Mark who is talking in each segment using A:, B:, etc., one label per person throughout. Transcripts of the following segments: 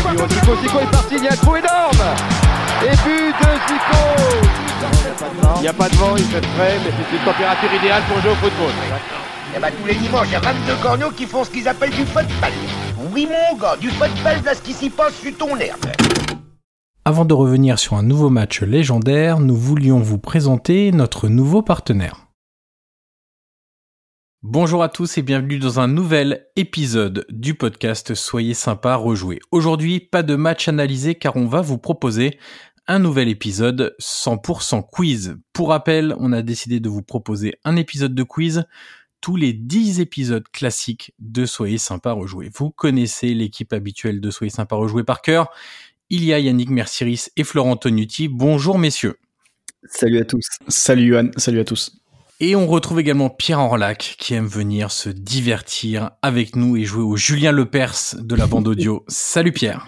A: Zico est parti, il y a un trou énorme Et but de Zico Il n'y a pas de vent, il fait frais, mais c'est une température idéale pour jouer au football.
B: Eh ben, tous les dimanches, il y a 22 corneaux qui font ce qu'ils appellent du football. Oui, mon gars, du football, là, ce qui s'y passe sur ton herbe.
C: Avant de revenir sur un nouveau match légendaire, nous voulions vous présenter notre nouveau partenaire. Bonjour à tous et bienvenue dans un nouvel épisode du podcast Soyez sympa, rejouez. Aujourd'hui, pas de match analysé car on va vous proposer un nouvel épisode 100% quiz. Pour rappel, on a décidé de vous proposer un épisode de quiz tous les 10 épisodes classiques de Soyez sympa, rejouez. Vous connaissez l'équipe habituelle de Soyez sympa, rejouez par cœur il y a Yannick Merciris et Florent Tonuti. Bonjour messieurs.
D: Salut à tous.
E: Salut Johan, salut à tous.
C: Et on retrouve également Pierre Orlac qui aime venir se divertir avec nous et jouer au Julien Lepers de la bande audio. salut Pierre.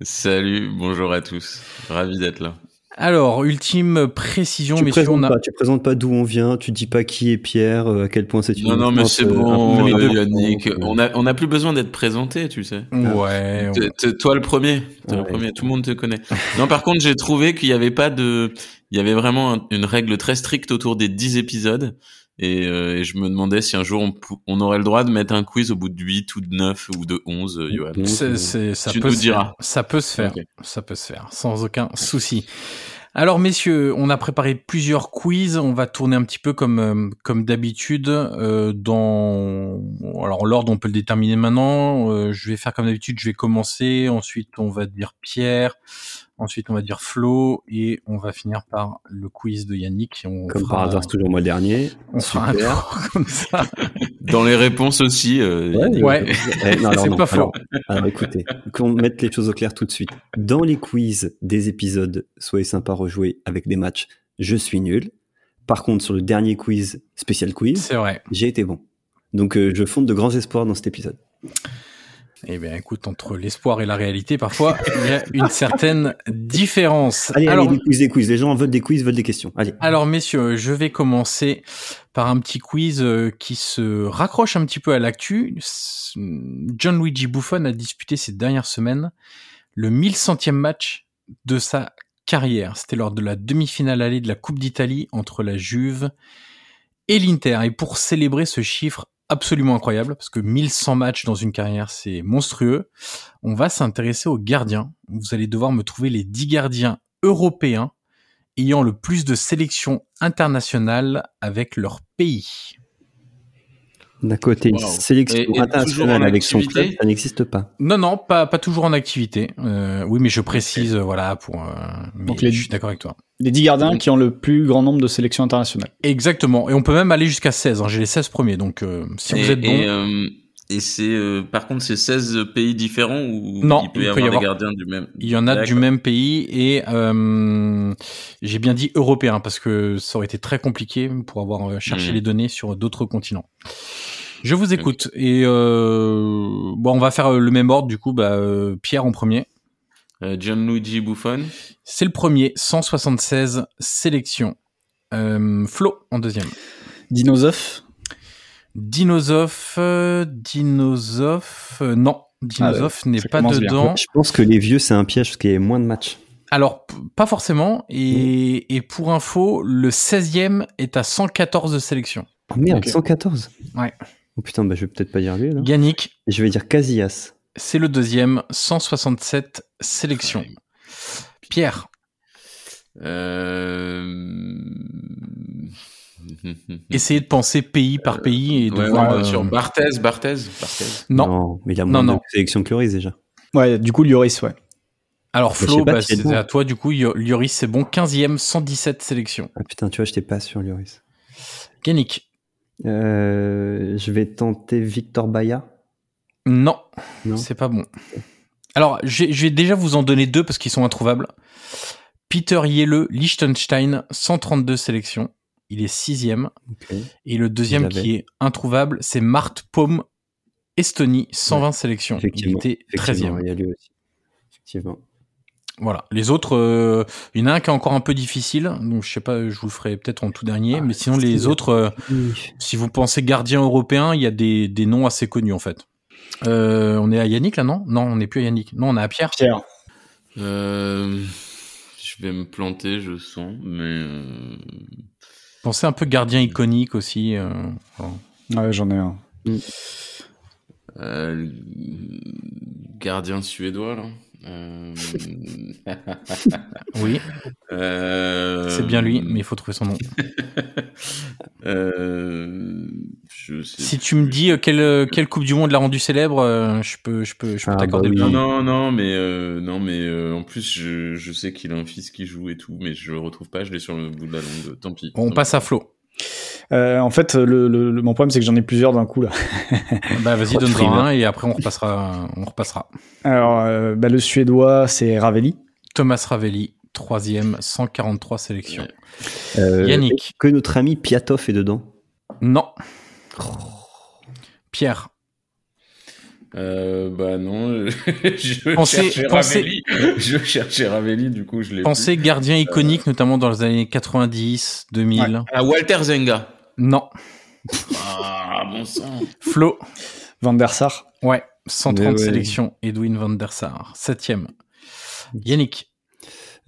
F: Salut, bonjour à tous. Ravi d'être là.
C: Alors, ultime précision,
D: tu
C: messieurs,
D: présentes
C: on a...
D: pas, tu présentes pas d'où on vient, tu dis pas qui est Pierre, euh, à quel point c'est une.
F: Non, non, mais
D: instance,
F: c'est
D: euh,
F: bon,
D: un peu
F: euh,
D: de-
F: Yannick. On a, on a plus besoin d'être présenté, tu sais.
D: Ah.
C: Eh Ouais,
F: T'es- t'es- Toi le premier, T'es le
D: Ouais.
F: premier. Tout le monde te connaît. Non, par contre, j'ai trouvé qu'il n'y avait pas de, il y avait vraiment un- une règle très stricte autour des 10 épisodes. Et, euh, et je me demandais si un jour on, pou- on aurait le droit de mettre un quiz au bout de 8 ou de 9 ou de 11, euh, Johan.
C: on- c'est- c'est- ça,
F: Tu
C: peut
F: nous
C: se
F: diras.
C: faire. ça peut se faire.
F: Ok.
C: Ça peut se faire, sans aucun souci. Alors messieurs, on a préparé plusieurs quiz, on va tourner un petit peu comme euh, comme d'habitude euh, dans alors l'ordre on peut le déterminer maintenant, Euh, je vais faire comme d'habitude, je vais commencer, ensuite on va dire Pierre, ensuite on va dire Flo et on va finir par le quiz de Yannick et on
D: Comme
C: fera
D: par hasard, c'est toujours moi le dernier.
C: on fera un
D: Super.
C: tour comme ça.
F: Dans les réponses aussi. euh, Yannick.
C: Ouais.
D: Eh, non, alors
C: C'est
D: non.
C: pas faux.
D: Alors, alors, écoutez, qu'on mette les choses au clair tout de suite. Dans les quiz des épisodes, soyez sympa, rejouer avec des matchs, je suis nul. Par contre, sur le dernier quiz, spécial quiz,
C: C'est vrai.
D: j'ai été bon. Donc, euh, je fonde de grands espoirs dans cet épisode.
C: Eh bien, écoute, entre l'espoir et la réalité, parfois, il y a une certaine différence.
D: Allez,
C: alors, Ah.
D: allez, des quiz, des quiz. Les gens veulent des quiz, veulent des questions. Allez.
C: alors, messieurs, je vais commencer par un petit quiz euh, qui se raccroche un petit peu à l'actu. S- John Luigi Buffon a disputé ces dernières semaines le 1100e match de sa carrière. C'était lors de la demi-finale allée de la Coupe d'Italie entre la Juve et l'Inter. Et pour célébrer ce chiffre absolument incroyable, parce que 1100 matchs dans une carrière, c'est monstrueux, on va s'intéresser aux gardiens. Vous allez devoir me trouver les 10 gardiens européens ayant le plus de sélections internationales avec leur pays.
D: D'un côté,
F: Wow. Et- et
D: sélection
F: toujours
D: internationale
F: en
D: avec son
F: activité
D: club, ça n'existe pas.
C: Non, non, pas, pas toujours en activité. Euh, oui, mais je précise, euh, voilà, pour... euh, mais
E: Donc les-
C: je suis d'accord avec toi.
E: Les 10 gardiens qui ont le plus grand nombre de sélections internationales.
C: Exactement. Et on peut même aller jusqu'à 16. hein. J'ai les 16 premiers. Donc, euh, si vous
F: Et-
C: êtes bon.
F: Et, euh, et c'est, euh, par contre, c'est 16 pays différents ou
C: Non,
F: il peut y avoir des
C: avoir-
F: gardiens du même.
C: Il y en a du
F: D'accord.
C: même pays et euh, j'ai bien dit européen parce que ça aurait été très compliqué pour avoir euh, cherché
F: Mhm.
C: les données sur d'autres continents. Je vous écoute et euh, bon, on va faire euh, le même ordre du coup. Bah, euh, Pierre en premier.
F: Euh, Gianluigi Buffon.
C: C'est le premier, 176 sélections. Euh, Flo en deuxième.
E: Dinosauf.
C: Dinosof, euh, Dinosof, euh, non,
D: Ah,
C: Dinosof n'est
E: ça
C: pas
E: commence bien.
C: dedans.
D: Je pense que les vieux, c'est un piège parce qu'il y a moins de matchs.
C: Alors, p- pas forcément.
D: Mm.
C: Et, et pour info, le 16e est à 114 sélections.
D: Oh merde,
E: Ok.
D: 114
C: Ouais.
D: Oh putain, bah, je vais peut-être pas dire lui. alors.
C: Yannick,
D: Je vais dire Casillas.
C: c'est le deuxième, 167 sélections. Pierre,
F: Euh...
C: essayez de penser pays par pays et de
F: Ouais,
C: voir.
F: ouais,
C: euh,
F: sur Barthez, Barthez, Barthez.
C: Non.
D: mais il a
C: Non,
D: moins
C: non.
D: de sélection que Lloris déjà.
E: Ouais, du coup, Lloris, ouais.
C: Alors,
D: je
C: Flo,
D: sais pas
C: bah,
D: si elle est
C: c'est
D: bon.
C: à toi du coup. Yo- Lloris, c'est bon, 15e, 117 sélections.
D: Ah putain, tu vois, j'étais pas sur Lloris.
C: Yannick,
D: Euh, je vais tenter Victor Baya.
C: non,
D: Non.
C: c'est pas bon. Alors, j'ai- je vais déjà vous en donner deux parce qu'ils sont introuvables. Peter Yelle, Liechtenstein, 132 sélections. Il est sixième.
D: Ok.
C: Et le
D: Je
C: deuxième
D: l'avais.
C: qui est introuvable, c'est Marthe Paume, Estonie, 120 sélections. Il
D: Effectivement.
C: était
D: Effectivement,
C: 13e.
D: Il y a lui aussi. Effectivement.
C: Voilà. Les autres, euh, il y en a un qui est encore un peu difficile. Donc, je sais pas, je vous le ferai peut-être en tout dernier.
D: Ah,
C: mais sinon,
D: c'est
C: les
D: bien.
C: autres, euh, si vous pensez gardien européen, il y a des, des noms assez connus, en fait. Euh, on est à Yannick, là, non Non, on n'est plus à Yannick. Non, on est à Pierre.
E: Pierre.
F: Euh, je vais me planter, je sens, mais euh,
C: Pensez un peu gardien iconique aussi. euh, voilà.
E: Ouais, j'en ai un.
F: euh, le gardien suédois là. Euh,
C: Oui,
F: euh,
C: c'est bien lui, mais il faut trouver son nom.
F: Euh, je sais
C: Si tu me
F: plus.
C: dis euh, quelle, euh, quelle Coupe du Monde l'a rendu célèbre, euh, je peux, je peux, je peux
D: Ah,
C: t'accorder
D: bah
C: le
D: oui.
F: Non,
C: point.
F: non, non, mais euh, non, mais euh, en plus, je, je sais qu'il a un fils qui joue et tout, mais je le retrouve pas. Je l'ai sur le bout de la langue. Tant pis.
C: On
F: Tant
C: passe à Flo.
E: Euh, en fait, le, le- le- mon problème, c'est que j'en ai plusieurs d'un coup, là.
C: Bah vas-y,
D: Oh,
C: donne-en
D: frime.
C: un et après on repassera. On repassera.
E: Alors, euh, bah, le suédois, c'est Ravelli.
C: Thomas Ravelli, troisième, 143 sélections.
F: Ouais.
D: Euh,
C: Yannick.
D: Que notre ami Piatov est dedans.
C: Non. Pierre.
F: Euh, bah non, je, je
C: Pensez-
F: cherchais
C: pensez-
F: Ravelli. Je cherchais Ravelli, du coup, je l'ai.
C: Pensez gardien
D: Euh,
C: iconique, notamment dans les années 90, 2000.
F: plus. à Walter Zenga.
C: Non.
F: Ah, bon sang.
C: Flo.
E: Van der Sar.
C: Ouais. 130
D: Mais ouais.
C: sélections. Edwin van der Sar, septième. Yannick.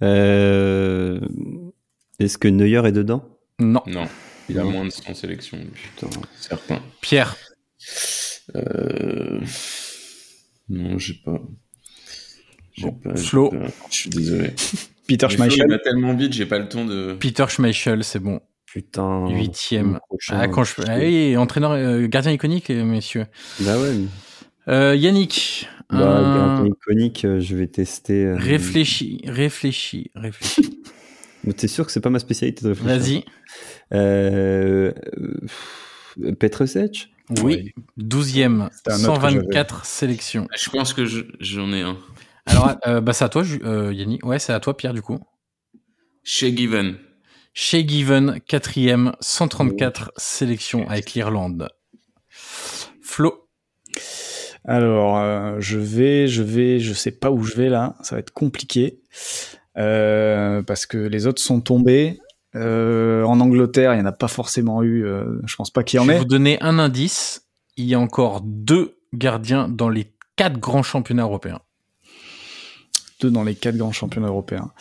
D: Euh, Est-ce que Neuer est dedans
C: Non.
F: Non, il a
D: Non.
F: moins de 100 sélections, lui,
D: Putain.
F: certain.
C: Pierre.
F: Euh... Non, j'ai pas. J'ai
C: Bon,
F: pas. j'ai
C: Flo.
F: pas. Je suis désolé.
E: Peter
F: Mais Flo,
E: Schmeichel.
F: Il va tellement vite, j'ai pas le temps de.
C: Peter Schmeichel, c'est bon.
D: Putain.
C: Huitième.
D: Le prochain.
C: Ah, quand je... ah oui, entraîneur, euh, gardien iconique, euh, messieurs.
D: Bah ouais. mais-
C: Euh, Yannick,
D: Bah,
C: un-
D: gardien iconique, euh, je vais tester. euh,
C: réfléchis, réfléchis, réfléchis.
D: mais T'es sûr que c'est pas ma spécialité de réfléchir
C: Vas-y.
D: Euh, euh, Petrosec
C: Oui, douzième,
E: C'était un autre que
C: 124 sélections.
F: Je pense que je- j'en ai un.
C: Alors, euh, bah, c'est à toi, Ju- euh, Yannick. Ouais, c'est à toi, Pierre, du coup.
F: Chez Given.
C: Chez Given, quatrième, 134 sélections avec l'Irlande. Flo,
E: Alors, euh, je vais, je vais, je sais pas où je vais là. Ça va être compliqué Euh, parce que les autres sont tombés. Euh, en Angleterre, il y en a pas forcément eu. euh, je pense pas qu'il y en
C: je vais
E: ait.
C: vous donner un indice. Il y a encore deux gardiens dans les quatre grands championnats européens.
E: Deux dans les quatre grands championnats européens.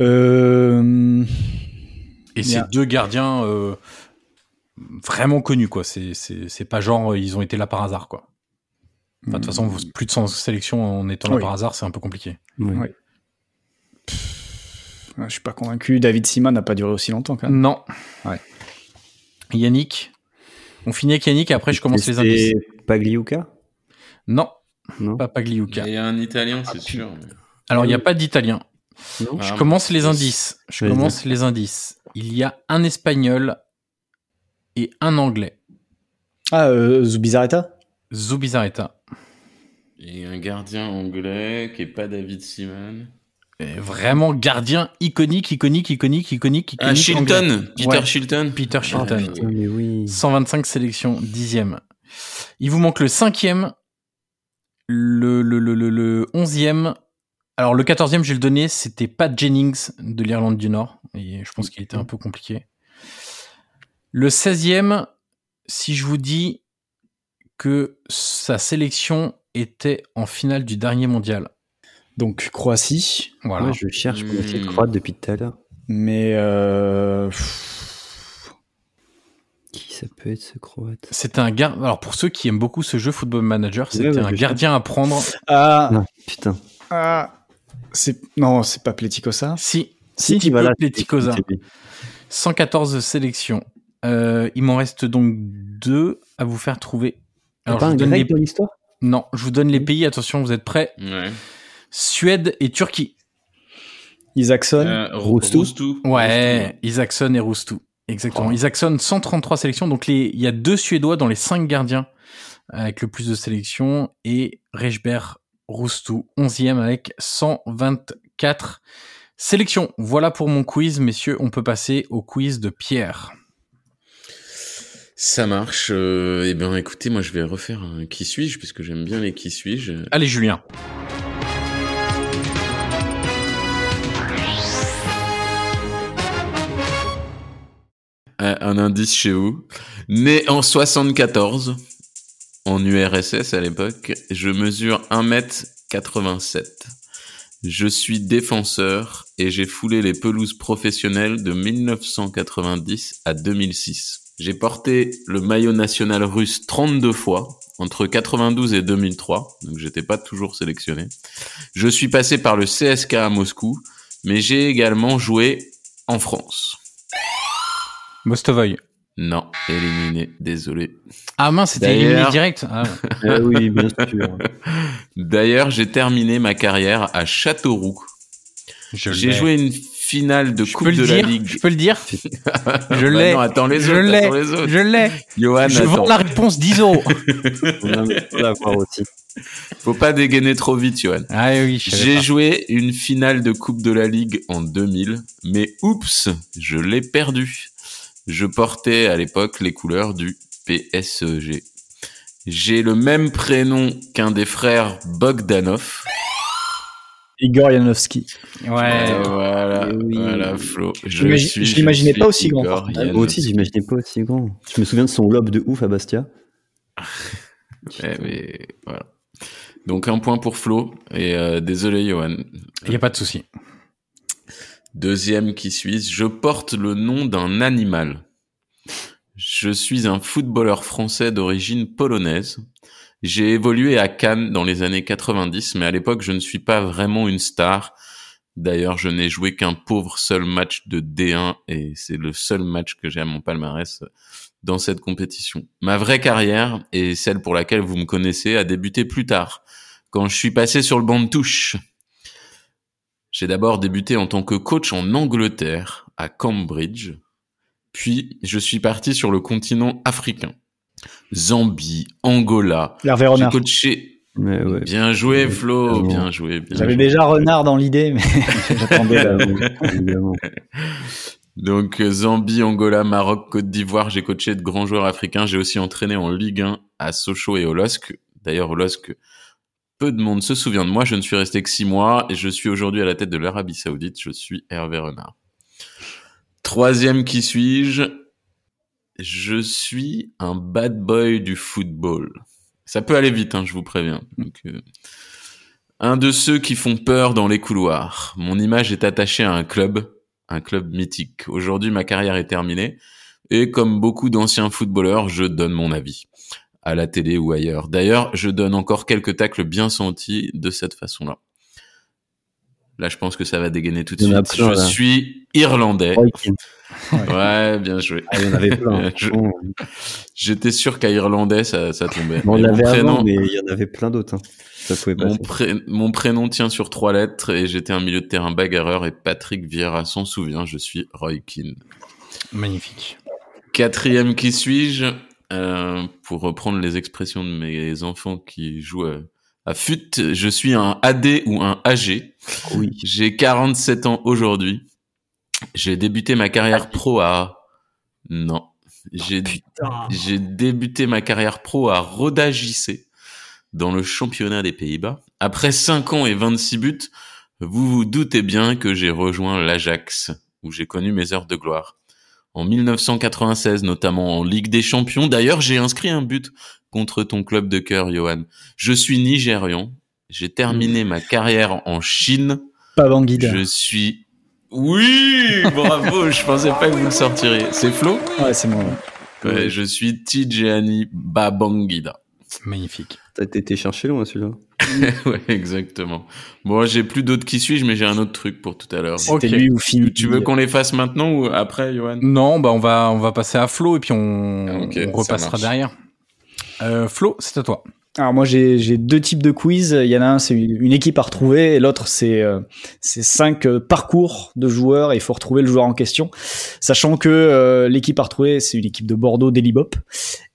E: Euh,
C: Et
E: Bien.
C: c'est deux gardiens euh, vraiment connus, quoi. C'est- C'est c'est pas genre euh, ils ont été là par hasard, quoi. Enfin, de toute façon, vous- plus de 100 sélections en étant là
E: Hmm. Oui.
C: par hasard, c'est un peu compliqué.
E: Ouais. je suis pas convaincu. David Sima n'a pas duré aussi longtemps quand même.
C: Non.
E: Ouais.
C: Yannick. On finit avec Yannick, après je commence les indices.
D: Pagliuca
C: Non.
D: Non.
C: Pas Pagliuca.
F: Il y a un Italien, c'est sûr.
C: Alors, il n'y a pas d'Italien.
D: Non.
C: Ah, Je
F: Ah,
C: commence les
F: Euh, yes.
C: indices. Je
D: Vas-y.
C: commence les indices. Il y a un Espagnol et un Anglais.
E: Ah, euh, Zubizarreta.
C: Zubizarreta.
F: Et un gardien anglais qui est pas David Seaman.
C: Et Vraiment gardien iconique, iconique, iconique, iconique, iconique.
F: Ah,
C: anglais.
F: Shilton. Peter
C: Ouais.
F: Shilton.
C: Peter Shilton.
F: putain.
D: Ah, mais oui.
C: 125 sélections, dixième. Il vous manque le cinquième, le, le, le, le, le onzième. Alors le quatorzième, je vais le donner, c'était Pat Jennings de l'Irlande du Nord. Et je pense qu'il était un peu compliqué. Le seizième, si je vous dis que sa sélection était en finale du dernier mondial.
E: Donc Croatie.
C: Voilà.
D: Moi, je cherche pour essayer de
F: Hmm.
D: croire depuis tout à l'heure.
E: Mais euh, pff,
D: Qui ça peut être ce croate
C: C'était un gar... Alors pour ceux qui aiment beaucoup ce jeu Football Manager, c'était
D: ouais,
C: un
D: je-
C: gardien à prendre.
E: ah,
D: Ah, putain.
E: ah, c'est non, c'est pas Pleticosa.
C: Si,
D: Si,
C: tu
D: voilà.
C: peux, Pleticosa.
D: C'est lui.
C: 114 sélections. Euh, il m'en reste donc deux à vous faire trouver.
D: T'as
C: Alors,
D: pas
C: je
D: un
C: vous donne
D: grec
C: les...
D: dans l'histoire
C: Non, je vous donne les pays. Attention, vous êtes prêts.
F: Ouais.
C: Suède et Turquie.
E: Isaacson.
F: Euh,
D: Roustou.
F: Roustou.
C: Ouais, Isaacson et Roustou. Exactement.
D: Oh.
C: Isaacson, 133 sélections. Donc, les... il y a deux Suédois dans les cinq gardiens euh, avec le plus de sélections. Et Rejbert Roustou, 11e avec 124 sélections. Voilà pour mon quiz, messieurs. On peut passer au quiz de Pierre.
F: Ça marche. Euh, eh bien, écoutez, moi, je vais refaire un qui suis-je, puisque j'aime bien les qui suis-je.
C: Allez, Julien.
F: Euh, Un indice chez vous. Né en 74, en URSS à l'époque, je mesure 1m87. Je suis défenseur et j'ai foulé les pelouses professionnelles de 1990 à 2006. J'ai porté le maillot national russe 32 fois entre 92 et 2003, donc j'étais pas toujours sélectionné. Je suis passé par le CSK à Moscou, mais j'ai également joué en France.
C: Mostovoy.
F: Non, éliminé, désolé.
C: Ah mince, c'était
F: D'ailleurs-
C: éliminé direct. Ah, ouais.
D: Ah oui, bien sûr.
F: D'ailleurs, j'ai terminé ma carrière à Châteauroux.
C: Je
F: J'ai
C: l'ai.
F: joué une finale de
C: Je
F: Coupe
C: peux
F: de
C: le
F: la
C: dire.
F: Ligue.
C: Je peux le dire. Je
F: Bah
C: l'ai.
F: non, attends les
C: Je
F: autres,
C: l'ai.
F: attends les autres.
C: Je l'ai.
F: Johan,
C: Je vends
F: attends.
C: la réponse 10 euros.
D: On a on a à voir aussi.
F: Faut pas dégainer trop vite, Johan.
C: Ah oui, je savais
F: J'ai
C: pas.
F: joué une finale de Coupe de la Ligue en 2000, mais oups, je l'ai perdue. Je portais à l'époque les couleurs du PSG. J'ai le même prénom qu'un des frères Bogdanov.
E: Igor Yanovsky.
C: Ouais.
F: Euh, voilà,
D: Eh oui.
F: voilà, Flo. Je
E: J'imagine-
F: suis-
E: je l'imaginais
F: suis
E: pas aussi grand,
F: Igor
E: par
C: Ah,
E: contre.
F: Yann.
D: Moi aussi, j'imaginais pas aussi grand. Je me souviens de son lobe de ouf à Bastia.
F: Eh, mais voilà. Donc un point pour Flo et euh, désolé Johan.
C: Il n'y a pas de souci.
F: Deuxième qui suis je porte le nom d'un animal. Je suis un footballeur français d'origine polonaise. J'ai évolué à Cannes dans les années 90, mais à l'époque je ne suis pas vraiment une star. D'ailleurs, je n'ai joué qu'un pauvre seul match de D1 et c'est le seul match que j'ai à mon palmarès dans cette compétition. Ma vraie carrière et celle pour laquelle vous me connaissez a débuté plus tard, quand je suis passé sur le banc de touche. J'ai d'abord débuté en tant que coach en Angleterre, à Cambridge. Puis, je suis parti sur le continent africain. Zambie, Angola.
E: L'Hervé
F: J'ai
E: Renard.
F: coaché.
D: Mais ouais.
F: Bien joué, Flo.
D: Évidemment.
F: Bien joué. bien
E: J'avais
F: joué.
E: déjà Renard dans l'idée, mais j'attendais. la-
D: Évidemment, évidemment.
F: Donc, euh, Zambie, Angola, Maroc, Côte d'Ivoire. J'ai coaché de grands joueurs africains. J'ai aussi entraîné en Ligue 1 à Sochaux et au LOSC. D'ailleurs, au LOSC, peu de monde se souvient de moi. Je ne suis resté que six mois et je suis aujourd'hui à la tête de l'Arabie Saoudite. Je suis Hervé Renard. Troisième qui suis-je Je suis un bad boy du football. Ça peut aller vite, hein, je vous préviens. Donc, euh, Un de ceux qui font peur dans les couloirs. Mon image est attachée à un club, un club mythique. Aujourd'hui, ma carrière est terminée. Et comme beaucoup d'anciens footballeurs, je donne mon avis. À la télé ou ailleurs. D'ailleurs, je donne encore quelques tacles bien sentis de cette façon-là. Là, je pense que ça va dégainer tout de
D: Il y en a
F: suite.
D: plein,
F: je
D: là.
F: suis irlandais.
D: Roy Keane.
F: Ouais, bien joué.
D: Ah, il y en avait plein.
F: Je-
D: Bon,
F: J'étais sûr qu'à irlandais, ça, ça tombait.
D: on
F: Mais mon
D: l'avait
F: prénom-
D: avant, mais il y en avait plein d'autres. hein. Ça pouvait pas.
F: Mon, pré- mon prénom tient sur trois lettres et j'étais un milieu de terrain bagarreur et Patrick Vieira s'en souvient, je suis Roy Keane.
C: Magnifique.
F: Quatrième qui suis-je Euh, Pour reprendre les expressions de mes enfants qui jouent à, à FUT, je suis un AD ou un AG.
D: Oui.
F: J'ai 47 ans aujourd'hui. J'ai débuté ma carrière pro à... Non. J'ai j'ai débuté ma carrière pro à Roda JC dans le championnat des Pays-Bas. Après 5 ans et 26 buts, vous vous doutez bien que j'ai rejoint l'Ajax, où j'ai connu mes heures de gloire. En 1996, notamment en Ligue des Champions. D'ailleurs, j'ai inscrit un but contre ton club de cœur, Johan. Je suis nigérian. J'ai terminé ma carrière en Chine.
E: Pas Banguida.
F: Je suis... Oui, bravo, je pensais pas que vous le sortiriez. C'est Flo
E: Ouais, c'est moi. ouais.
F: Ouais, je suis Tijani Babangida.
C: Magnifique.
D: T'as été chercher loin celui-là.
F: ouais, exactement. Bon, j'ai plus d'autres qui suivent, mais j'ai un autre truc pour tout à l'heure.
E: C'était
C: Ok.
E: lui ou Fini.
F: Tu veux qu'on les fasse maintenant ou après, Johan
C: Non, bah on va on va passer à Flo et puis on,
F: Ah, ok,
C: on
F: ça
C: repassera
F: marche.
C: derrière. Euh, Flo, c'est à toi.
E: Alors moi j'ai j'ai deux types de quiz. Il y en a un c'est une équipe à retrouver et l'autre c'est euh, c'est cinq euh, parcours de joueurs et il faut retrouver le joueur en question. Sachant que euh, l'équipe à retrouver c'est une équipe de Bordeaux d'Elibop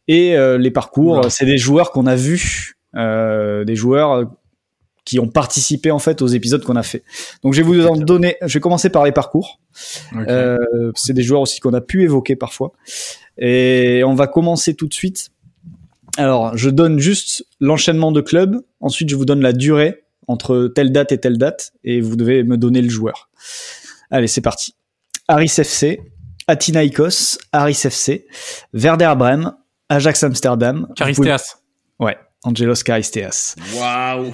E: et euh, les parcours
C: Oula.
E: c'est des joueurs qu'on a vus, euh, des joueurs qui ont participé en fait aux épisodes qu'on a fait. Donc je vais vous en donner. Je vais commencer par les parcours.
C: Ok.
E: Euh, c'est des joueurs aussi qu'on a pu évoquer parfois. Et on va commencer tout de suite. Alors, je donne juste l'enchaînement de clubs. Ensuite, je vous donne la durée entre telle date et telle date. Et vous devez me donner le joueur. Allez, c'est parti. Aris FC, Atinaikos, Aris FC, Werder Brême, Ajax Amsterdam,
C: Caristeas.
E: Angelos Caristeas.
F: Waouh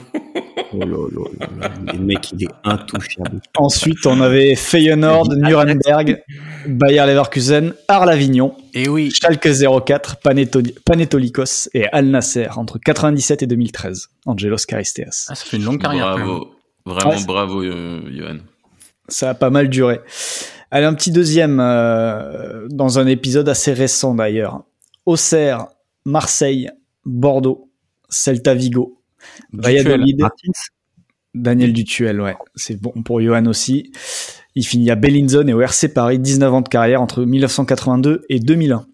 D: Oh là là là là. Le mec, il est intouchable.
E: Ensuite, on avait Feyenoord, Nuremberg, Bayer Leverkusen, Arles-Avignon,
C: Et Eh oui.
E: Schalke 04, Paneto- Panetolikos et Al Nasser entre 97 et 2013. Angelos Caristeas.
C: Ah, ça fait une longue carrière. quand même.
F: Bravo. Vraiment
E: Ouais.
F: bravo, euh, Johan.
E: Ça a pas mal duré. Allez, un petit deuxième euh, dans un épisode assez récent d'ailleurs. Auxerre, Marseille, Bordeaux, Celta Vigo,
C: Dutuel.
E: Valladolid,
D: Martins
E: Daniel Dutuel, ouais. C'est bon pour Johan aussi. Il finit à Bellinzone et au RC Paris, 19 ans de carrière entre 1982 et 2001.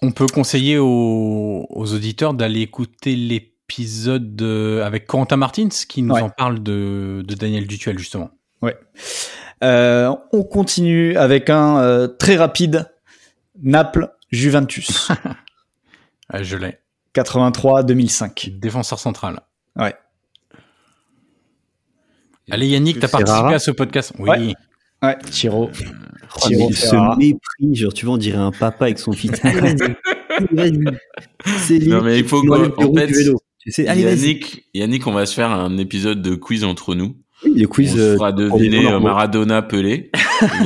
C: On peut conseiller aux, aux auditeurs d'aller écouter l'épisode euh, avec Corentin Martins qui nous
E: Ouais.
C: en parle de, de Daniel Dutuel justement.
E: Euh, on continue avec un euh, très rapide Naples Juventus
C: Ah, je l'ai.
E: 83-2005.
C: Défenseur central.
E: Ouais.
C: Allez Yannick, t'as
D: Ferrara.
C: participé à ce podcast. Oui.
E: Ouais. Ouais, Chiro.
D: Oh,
E: Thierry
D: mais
E: Ferrara.
D: ce mépris, genre, tu vois, on dirait un papa avec son fils. Allez, vas-y. Allez, vas-y. C'est
F: Non,
D: lui.
F: mais il faut
D: Moi,
F: que-
D: le
F: en
D: Pérou
F: fait,
D: du vélo. Tu sais, allez, vas-y.
F: Yannick, Yannick, on va se faire un épisode de quiz entre nous.
D: Le
F: on
D: quiz.
F: se
D: euh,
F: fera
D: pour les
F: deviner
D: gens
F: euh,
D: normaux.
F: Maradona, Pelé.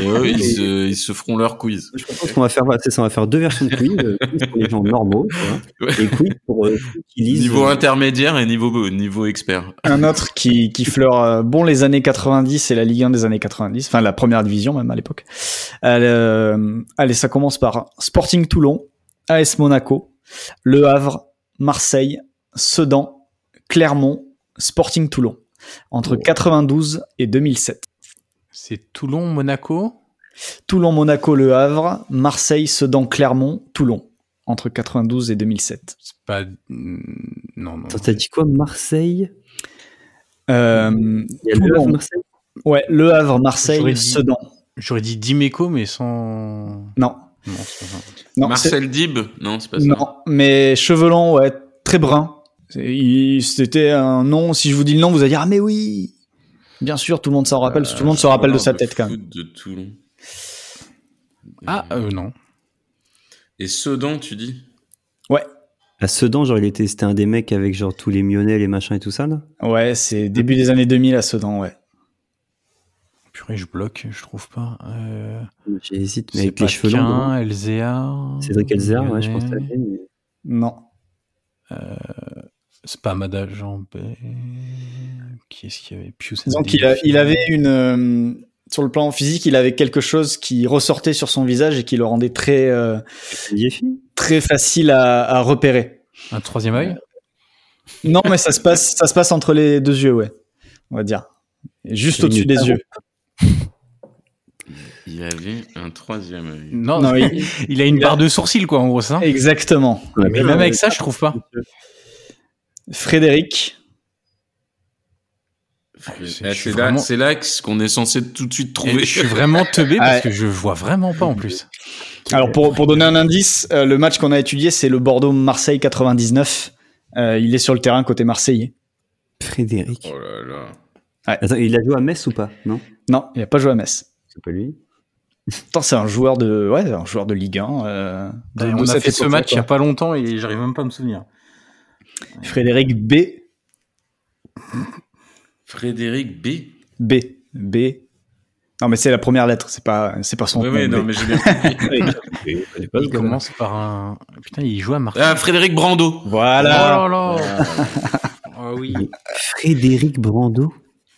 F: Et eux, ils, se, ils se feront leur quiz.
D: Je pense qu'on va faire, voilà, c'est ça, on va faire deux versions de quiz, euh, quiz pour les gens normaux, tu vois,
F: Ouais.
D: et quiz pour euh, ceux qui lisent.
F: Niveau
D: euh,
F: intermédiaire et niveau, niveau expert.
E: Un autre qui, qui fleure euh, bon les années 90 et la Ligue 1 des années 90, enfin la première division même à l'époque. Elle, euh, allez, ça commence par Sporting Toulon, AS Monaco, Le Havre, Marseille, Sedan, Clermont, Sporting Toulon. Entre 92 et 2007.
C: C'est Toulon, Monaco.
E: Toulon, Monaco, Le Havre, Marseille, Sedan, Clermont, Toulon. Entre 92 et 2007.
C: C'est pas. Mm, Non, non.
D: Attends, t'as dit quoi, Marseille
E: Euh,
D: Il y a
E: Toulon.
D: le Havre, Marseille
E: ouais, Le Havre, Marseille,
C: J'aurais dit-
E: Sedan.
C: J'aurais dit Dimeco, mais sans. Non,
E: Non.
C: c'est pas ça.
E: non c'est-
F: Marcel Dib Non, c'est pas ça.
E: Non, mais cheveux longs, ouais, très brun. C'était un nom. Si je vous dis le nom, vous allez dire ah mais oui. Bien sûr, tout le monde s'en rappelle. tout le monde se rappelle de sa
F: Euh, Le
E: tête quand même.
F: foot de Toulon.
C: Ah, euh, non.
F: Et Sedan, tu dis
D: À Sedan, genre, il était, c'était un des mecs avec genre tous les Mionnais, les machins et tout ça, là
E: Ouais, c'est début des années 2000 à Sedan, ouais.
C: Purée, je bloque, je trouve pas. Euh,
D: J'hésite, mais
C: c'est
D: avec les
C: pas euh,
D: cheveux
C: Quin,
D: longs.
C: LZA.
D: Cédric Elzer, ouais, je pense que t'as
C: Lyonnais.
D: fait, mais-
E: Non.
C: C'est pas Madajampé. Qui est-ce qu'il y avait Pius
E: Donc
C: Ndidi.
E: il, a- il avait une euh, sur le plan physique, il avait quelque chose qui ressortait sur son visage et qui le rendait très euh,
D: Yéfi
E: très facile à, à repérer.
C: Un troisième œil
E: Non, mais ça se passe ça se passe entre les deux yeux, ouais. On va dire. Juste au-dessus des yeux.
F: Il avait un troisième œil.
C: Non,
E: Non, il-
C: il a une
E: il a- euh,
C: barre de sourcil, quoi, en gros, c'est ça
E: exactement.
C: Mais même avec ça, je trouve pas.
E: Frédéric,
F: Fré-
C: je suis
F: Ah, C'est
C: vraiment-
F: là, c'est là que ce qu'on est censé tout de suite
C: Et
F: trouver.
C: je suis vraiment teubé parce
E: Ouais.
C: que je vois vraiment pas en plus.
E: Alors pour, pour donner un indice, euh, le match qu'on a étudié, c'est le Bordeaux-Marseille 99. Euh, il est sur le terrain côté marseillais.
D: Frédéric.
F: Oh là là.
D: Attends, il a joué à Metz ou pas Non
E: Non, il n'a pas joué à Metz.
D: C'est pas lui.
E: Pourtant, c'est un joueur de, ouais, un joueur de Ligue 1. euh, de- de
C: On a
E: cette
C: fait ce
E: époque-là,
C: match il y a pas longtemps et j'arrive même pas à me souvenir.
E: quoi. Frédéric B.
F: Frédéric B.
E: B. B. Non, mais c'est la première lettre. C'est pas, c'est pas son
F: Oui, oui,
E: nom.
F: non, mais j'ai bien compris.
C: Il commence par un. Putain, il joue à Marseille.
F: Ah, Frédéric Brando.
E: Voilà.
C: Oh là là Ah oui.
D: Frédéric Brando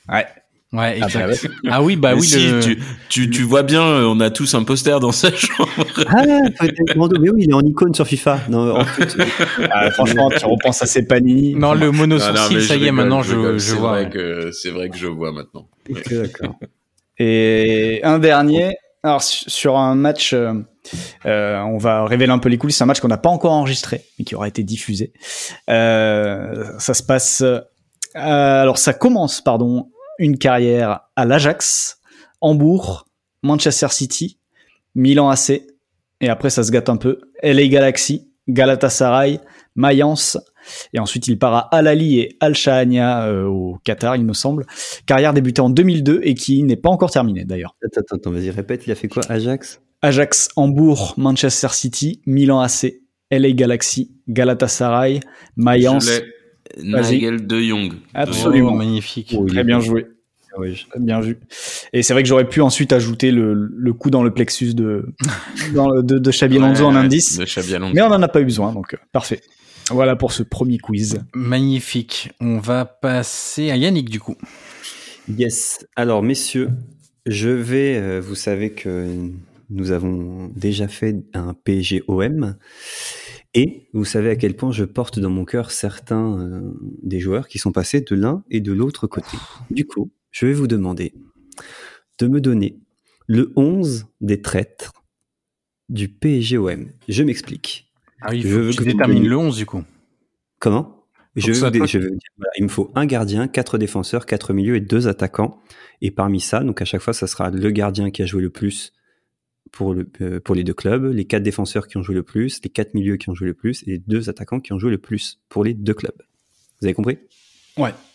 E: Ouais.
C: Ouais,
E: Ah, bah, ouais.
C: exact. Ah oui, bah
F: Mais
C: oui,
F: si,
C: le-
F: tu, tu, tu vois bien, euh, on a tous un poster dans sa chambre.
D: Ah, Frédéric Brando, mais oui, il est en icône sur FIFA. Non, en fait,
E: Ah, franchement, tu repenses à ses panini.
C: Non, le mono
F: Ah, Non, non, mais
C: sourcil, ça
F: je
C: y est,
F: rigole,
C: maintenant
F: je
C: je,
F: rigole.
C: je
F: C'est
C: vois.
F: vrai
C: ouais.
F: que- C'est vrai que je vois maintenant.
D: ok, d'accord.
E: Et un dernier. Alors, su- sur un match, euh, euh, on va révéler un peu les coulisses. C'est un match qu'on n'a pas encore enregistré, mais qui aura été diffusé. Euh, ça se passe. euh, alors, ça commence, pardon, une carrière à l'Ajax, Hambourg, Manchester City, Milan AC. Et après, ça se gâte un peu. LA Galaxy, Galatasaray, Mayence. Et ensuite, il part à Al-Ali et Al-Shahania euh, au Qatar, il me semble carrière débutée en 2002 et qui n'est pas encore terminée d'ailleurs.
D: Attends, attends, attends, vas-y, répète, il a fait quoi Ajax
E: Ajax, Hambourg, Manchester City, Milan AC, LA Galaxy, Galatasaray, Mayence,
F: Je l'ai.
E: Vas-y.
F: Nigel de Jong.
E: Absolument.
C: Oh, magnifique.
D: Oh, il
E: Très
D: est
E: bien
D: bon.
E: joué.
D: Ah ouais, je-
E: Très Bien vu. Et c'est vrai que j'aurais pu ensuite ajouter le, le coup dans le plexus de, dans le- de, de Xabi Alonso en
F: Ouais,
E: indice.
F: De Xabi Alonso.
E: Mais on n'en a pas eu besoin, donc euh, parfait. Voilà pour ce premier quiz.
C: Magnifique. On va passer à Yannick, du coup.
D: Yes. Alors, messieurs, je vais. euh, vous savez que nous avons déjà fait un PGOM. Et vous savez à quel point je porte dans mon cœur certains euh, des joueurs qui sont passés de l'un et de l'autre côté. Du coup, je vais vous demander de me donner le 11 des traîtres du PGOM. Je m'explique.
C: Ah oui,
D: Je
C: je
D: veux
C: tu
D: que vous me
C: détermines
D: donniez-
C: le 11, du coup.
D: Comment
C: que
D: je vais,
C: ce
D: vous
C: soit
D: dé-
C: toi
D: je vais vous dire, voilà, il me faut un gardien, quatre défenseurs, quatre milieux et deux attaquants. Et parmi ça, donc à chaque fois, ça sera le gardien qui a joué le plus pour, le, euh, pour les deux clubs, les quatre défenseurs qui ont joué le plus, les quatre milieux qui ont joué le plus et les deux attaquants qui ont joué le plus pour les deux clubs. Vous avez compris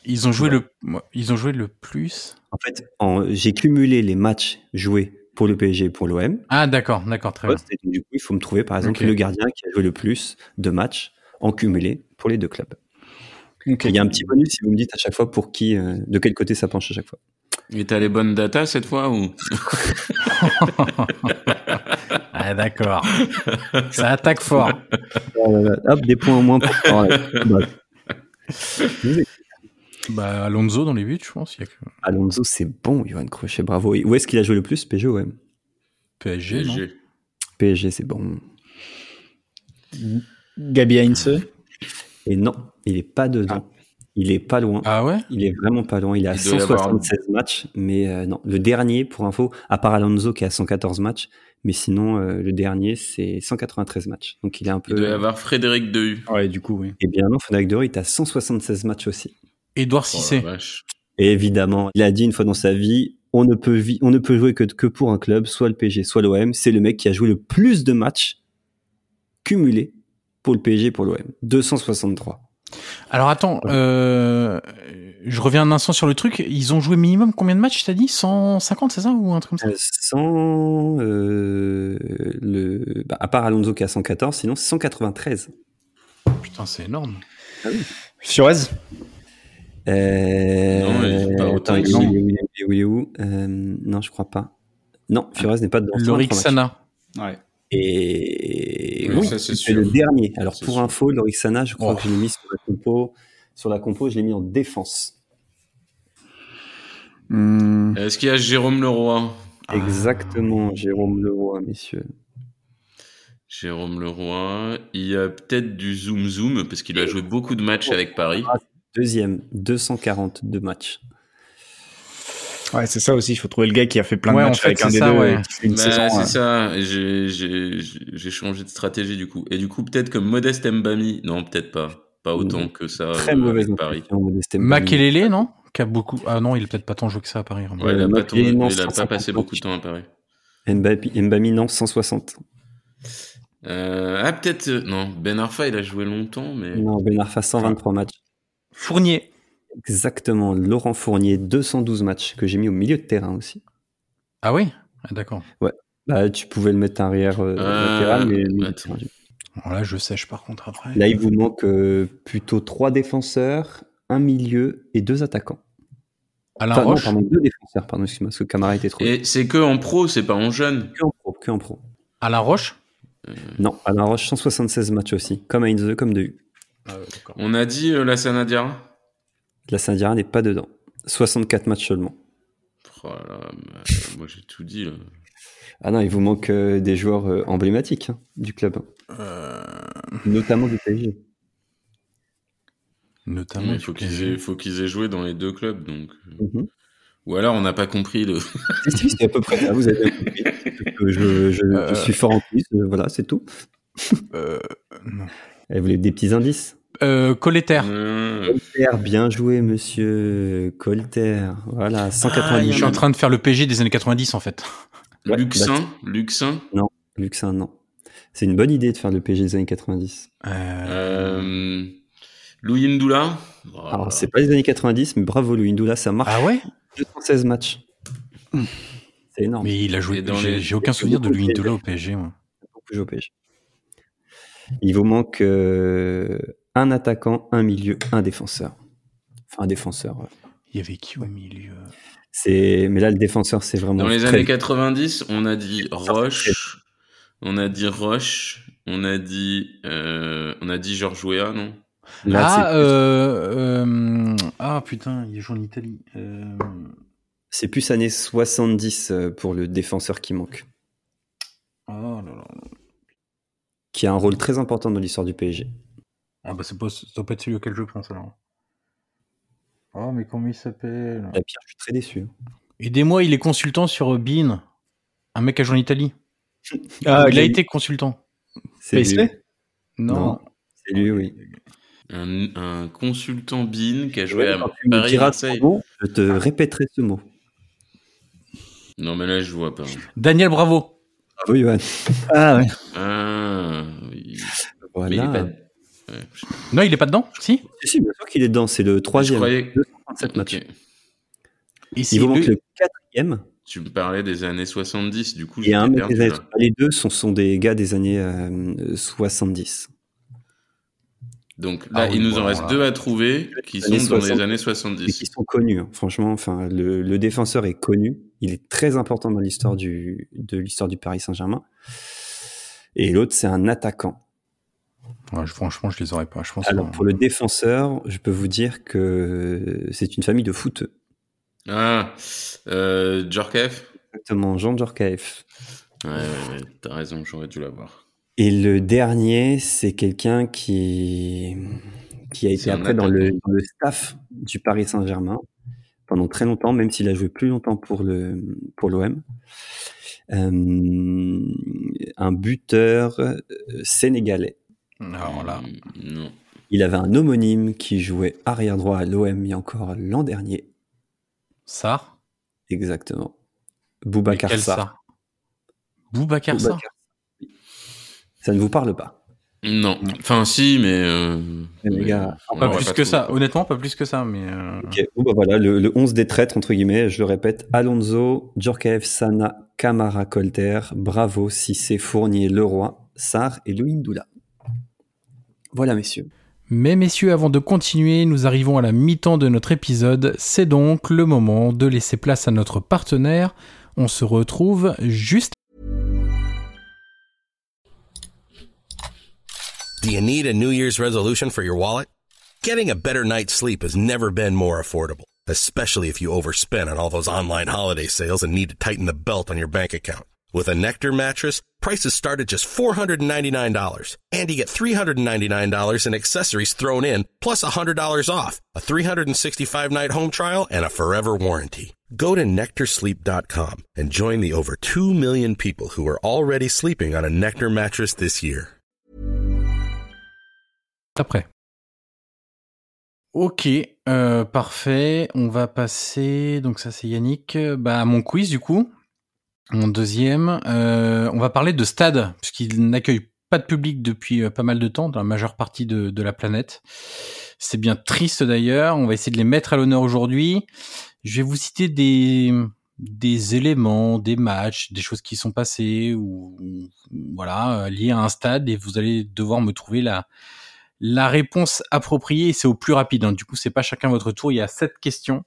C: Ils ont joué le, ouais, ils ont joué le plus.
D: En fait, en- j'ai cumulé les matchs joués pour le PSG et pour l'OM.
C: Ah, d'accord, d'accord, très bien.
D: Et donc, du coup, il faut me trouver par exemple
C: Ok.
D: le gardien qui a joué le plus de matchs en cumulé pour les deux clubs.
E: Ok.
D: Et Il y a un petit bonus si vous me dites à chaque fois pour qui, euh, de quel côté ça penche à chaque fois.
F: Et t'as les bonnes datas cette fois ou
C: Ah, d'accord. Ça attaque fort.
D: Euh, Hop, des points en moins pour. Oh, ouais. Bah,
C: Bah, Alonso dans les buts, je pense. Il y a que
D: Alonso, c'est bon, Johan Crochet, bravo. Et où est-ce qu'il a joué le plus PSG, ouais.
C: PSG, non
F: PSG.
D: PSG, c'est bon.
E: Gabi Heinze.
D: Et non, il est pas dedans. Il est pas loin.
C: Ah ouais
D: Il est vraiment pas loin. Il est à
F: Ah. Il doit y avoir-
D: 176 matchs, mais euh, non. Le dernier, pour info, à part Alonso qui est à 114 matchs, mais sinon, euh, le dernier, c'est 193 matchs. Donc il est un
F: Il
D: peu.
E: Euh,
F: doit y avoir Frédéric Dehu.
E: Ouais, du coup, oui.
D: Eh bien non, Fnac Doro, il est à 176 matchs aussi.
C: Édouard
F: Oh la
C: Cissé.
F: vache.
D: Et évidemment, il a dit une fois dans sa vie, on ne peut, vi- on ne peut jouer que, que pour un club, soit le PSG, soit l'OM. C'est le mec qui a joué le plus de matchs cumulés pour le PSG et pour l'OM. 263.
C: Alors attends, euh, je reviens un instant sur le truc. Ils ont joué minimum combien de matchs, t'as dit 150, c'est ça Ou un truc comme ça
D: Euh, Sans, euh, le, bah, à part Alonso qui a 114, sinon c'est 193.
C: Putain, c'est énorme.
E: Fiorez
D: Euh,
F: Non, il est pas autant
D: attends, il est où,
F: que ça.
D: il est où, il est où, il est où Euh, non, je crois pas. Non,
F: Ah,
D: Fiorez n'est pas dedans.
C: Lorik
D: 123 matchs.
C: Sana.
E: Ouais.
D: Et
F: Oui,
D: oui,
F: ça, c'est
D: c'est
F: sûr.
D: le dernier. Alors
F: C'est
D: pour
F: sûr.
D: info, Lorik Sana, je crois
C: Oh.
D: que je l'ai mis sur la compo. Sur la compo, je l'ai mis en défense.
F: Est-ce qu'il y a Jérôme Leroy
D: Exactement, Jérôme Leroy, messieurs.
F: Jérôme Leroy. Il y a peut-être du zoom zoom parce qu'il a joué beaucoup de matchs avec Paris.
D: Deuxième, 242 matchs.
F: Ah,
E: Ouais, c'est ça aussi. Il faut trouver le gars qui a fait plein
C: Ouais,
E: de
C: en
E: matchs
C: fait,
E: avec un
C: c'est
E: des
C: ça,
E: deux.
C: ouais.
E: et qui fait une
F: Bah,
E: saison, euh, hein.
F: c'est
E: ouais.
F: ça, j'ai- j'ai j'ai changé de stratégie du coup. Et du coup, peut-être que Modeste Mbami, non, peut-être pas. Pas autant que ça
D: Très
F: euh,
D: mauvaise
F: avec Paris.
D: impression, Modeste Mbappé.
C: Makelele, non Qui a beaucoup. Ah non, il est peut-être pas tant joué que ça à Paris. vraiment.
F: Ouais, il a,
D: Euh,
F: pas,
D: Mbappé,
F: tourné-
D: non,
F: il a pas
D: 150
F: passé beaucoup de
D: matchs.
F: temps à Paris.
D: Mbappé- Mbami, non, 160.
F: Euh, ah, peut-être. euh, non, Ben Arfa, il a joué longtemps, mais.
D: Non, Ben Arfa, 123 matchs.
C: Fournier.
D: Exactement, Laurent Fournier, 212 matchs, que j'ai mis au milieu de terrain aussi.
C: Ah oui Ah, D'accord.
D: Bah, tu pouvais le mettre arrière euh,
F: Euh,
D: latéral, mais milieu de
F: attends.
D: terrain,
C: Bon, là, je sèche par contre après.
D: Là, il vous manque euh, plutôt trois défenseurs, un milieu et deux attaquants.
C: Alain
D: Enfin, non,
C: Roche.
D: pardon, deux défenseurs, pardon, excuse-moi, parce que Camara était trop.
F: Et c'est que en pro, c'est pas en jeune.
D: Que en pro, que en pro.
C: Alain Roche
F: Hmm.
D: Non, Alain Roche, 176 matchs aussi, comme Heinze, comme De Hu.
C: Ah
F: On a dit euh, la Sanadiara
D: La Saint-Dira n'est pas dedans. 64 matchs seulement.
F: Oh là là, mais, euh, moi j'ai tout dit là.
D: Ah non, il vous manque euh, des joueurs euh, emblématiques hein, du club,
F: Euh.
D: notamment du PSG.
C: Notamment.
F: Il faut
C: du
F: qu'ils
C: PSG.
F: aient, faut qu'ils aient joué dans les deux clubs, donc. euh.
D: Mhm.
F: Ou alors on n'a pas compris le.
D: Si, si, c'est à peu près ça, vous avez compris. Euh, Je, je- je
C: Euh.
D: suis fort en plus, euh, voilà, c'est tout.
C: Euh, non.
D: Et vous voulez des petits indices
C: Euh, Colleter.
F: Euh,
D: Colter, bien joué, monsieur Colter. Voilà,
F: Ah, il y
C: Je suis en
D: 190.
C: train de faire le PG des années 90 en fait.
D: Ouais,
F: Luxin, Luxin.
D: Luxin, non. C'est une bonne idée de faire le PG des années 90.
C: Euh,
F: Euh, Louis Ndoula.
D: Alors, c'est pas les années 90, mais bravo, Louis Ndoula, ça marche.
C: Ah ouais
D: 216 matchs.
F: Hum.
D: C'est énorme.
C: Mais il a joué.
F: Et dans
C: J'ai
F: les-
C: j'ai aucun souvenir de lui
D: Beaucoup de
C: Ndola au PSG. moi.
D: Beaucoup joué au PG. Il vous manque euh, un attaquant, un milieu, un défenseur. Enfin, un défenseur. ouais.
C: Il y avait qui au milieu
D: C'est, mais là, le défenseur, c'est vraiment.
F: Dans les
D: très-
F: années 90, on a dit Roche, on a dit Roche, on a dit, euh, on a dit Georges Weah, non
D: Là, c'est
C: ah,
D: plus-
C: euh, euh, ah putain, il joue en Italie. Euh,
D: c'est plus, années 70 euh, pour le défenseur qui manque,
C: oh là là.
D: qui a un rôle très important dans l'histoire du PSG.
C: Ah bah c'est pas, ça doit pas être celui auquel je pense alors. Oh mais comment il s'appelle
D: La pire, je suis très déçu. hein.
C: Aidez-moi, il est consultant sur euh, Bean. Un mec qui a joué en Italie.
E: Ah,
C: il a
E: Gaël-
C: été consultant.
D: C'est lui.
E: Paisley
C: Non.
D: Non. C'est lui, oui.
F: un, un consultant Bean qui a joué
D: Ouais,
F: à
D: quand tu me
F: Paris
D: diras son
F: Marseille.
D: nom, je te répéterai ce mot.
F: Non mais là je vois pas.
C: Daniel Bravo.
D: Bravo, Johan.
E: Ah, ouais.
F: Ah, oui. Mais il est
D: Voilà.
F: pas- Ouais, je-
C: Non, il est pas dedans Si
D: Si, si, bien sûr qu'il est dedans. C'est le
F: je
D: troisième.
F: croyais.
D: 37 matchs.
F: Ok.
C: Et
D: Il
C: c'est
D: vous manque
C: lui-
D: le quatrième.
F: Tu me parlais des années 70, du coup
D: Il y
F: j'étais
D: a un mec
F: perdu.
D: des années-
F: là.
D: Les deux sont, sont des gars des années euh, 70.
F: Donc
C: Ah
F: là,
C: oui,
F: il nous en
C: bon,
F: reste
C: là.
F: deux à trouver qui sont
D: Années
F: dans les
D: 70.
F: années
D: Et qui
F: 70.
D: sont connus. hein. Franchement, enfin, le, le défenseur est connu. Il est très important dans l'histoire du, de l'histoire du Paris Saint-Germain. Et l'autre, c'est un attaquant.
C: Ouais, je- franchement, je les aurais pas. Je pense
D: Alors,
C: pas.
D: pour le défenseur, je peux vous dire que euh, c'est une famille de footeux.
F: Ah, euh, Djorkaeff
D: Exactement, Jean Djorkaeff.
F: Ouais, ouais, ouais, t'as raison, j'aurais dû l'avoir.
D: Et le dernier, c'est quelqu'un qui, qui a été
F: C'est un
D: après dans le, dans le staff du Paris Saint-Germain pendant très longtemps, même s'il a joué plus longtemps pour le pour l'OM. Euh, un buteur euh, sénégalais.
C: Alors là.
F: Hum, Non.
D: Il avait un homonyme qui jouait arrière droit à l'OM il y a encore l'an dernier.
C: Sar
D: Exactement. Boubacar
C: Quel
D: Sarr.
C: Sarr Boubacar Sarr
D: Boubacar Sarr. Ça ne vous parle pas.
F: Non. Enfin, si, mais. euh,
D: Les
F: mais
D: gars,
F: on
C: Pas
F: l'aurait
C: plus que
F: trouvé.
C: ça. Honnêtement, pas plus que ça. Mais euh,
D: Ok, bon, bah voilà, le, le 11 des traîtres, entre guillemets, je le répète, Alonso, Djorkaeff, Sana, Camara, Colter, Bravo, Cissé, Fournier, Leroy, Sar et Louindoula. Voilà, messieurs.
C: Mais messieurs, avant de continuer, nous arrivons à la mi-temps de notre épisode. C'est donc le moment de laisser place à notre partenaire. On se retrouve juste
G: Do you need a New Year's resolution for your wallet? Getting a better night's sleep has never been more affordable, especially if you overspend on all those online holiday sales and need to tighten the belt on your bank account. With a Nectar mattress, prices start at just $499, and you get $399 in accessories thrown in, plus $100 off, a 365-night home trial, and a forever warranty. Go to NectarSleep.com and join the over 2 million people who are already sleeping on a Nectar mattress this year.
C: après. Ok, euh, parfait. On va passer, donc ça c'est Yannick, Euh, bah, à mon quiz du coup. Mon deuxième, euh, on va parler de stade, puisqu'il n'accueille pas de public depuis euh, pas mal de temps dans la majeure partie de, de la planète. C'est bien triste d'ailleurs, on va essayer de les mettre à l'honneur aujourd'hui. Je vais vous citer des, des éléments, des matchs, des choses qui sont passées ou, ou- voilà, euh, liées à un stade et vous allez devoir me trouver la, la réponse appropriée, et c'est au plus rapide. hein. Du coup, c'est pas chacun votre tour. Il y a sept questions.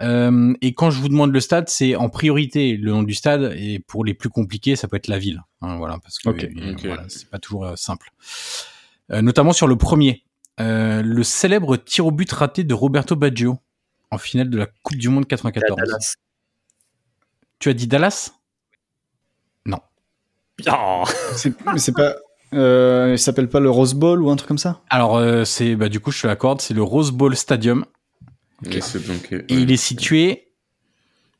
C: Euh, et quand je vous demande le stade, c'est en priorité le nom du stade. Et pour les plus compliqués, ça peut être la ville. hein, voilà, parce que
E: Ok.
C: euh,
F: Ok.
C: voilà, c'est pas toujours euh, simple. Euh, notamment sur le premier, Euh, le célèbre tir au but raté de Roberto Baggio en finale de la Coupe du Monde 94.
D: Dallas.
C: Tu as dit Dallas
D: Oh
E: c'est mais c'est pas. Euh, il s'appelle pas le Rose Bowl ou un truc comme ça
C: Alors, euh, c'est bah, du coup, je te l'accorde, c'est le Rose Bowl Stadium.
F: Et c'est donc. euh,
C: Et il est situé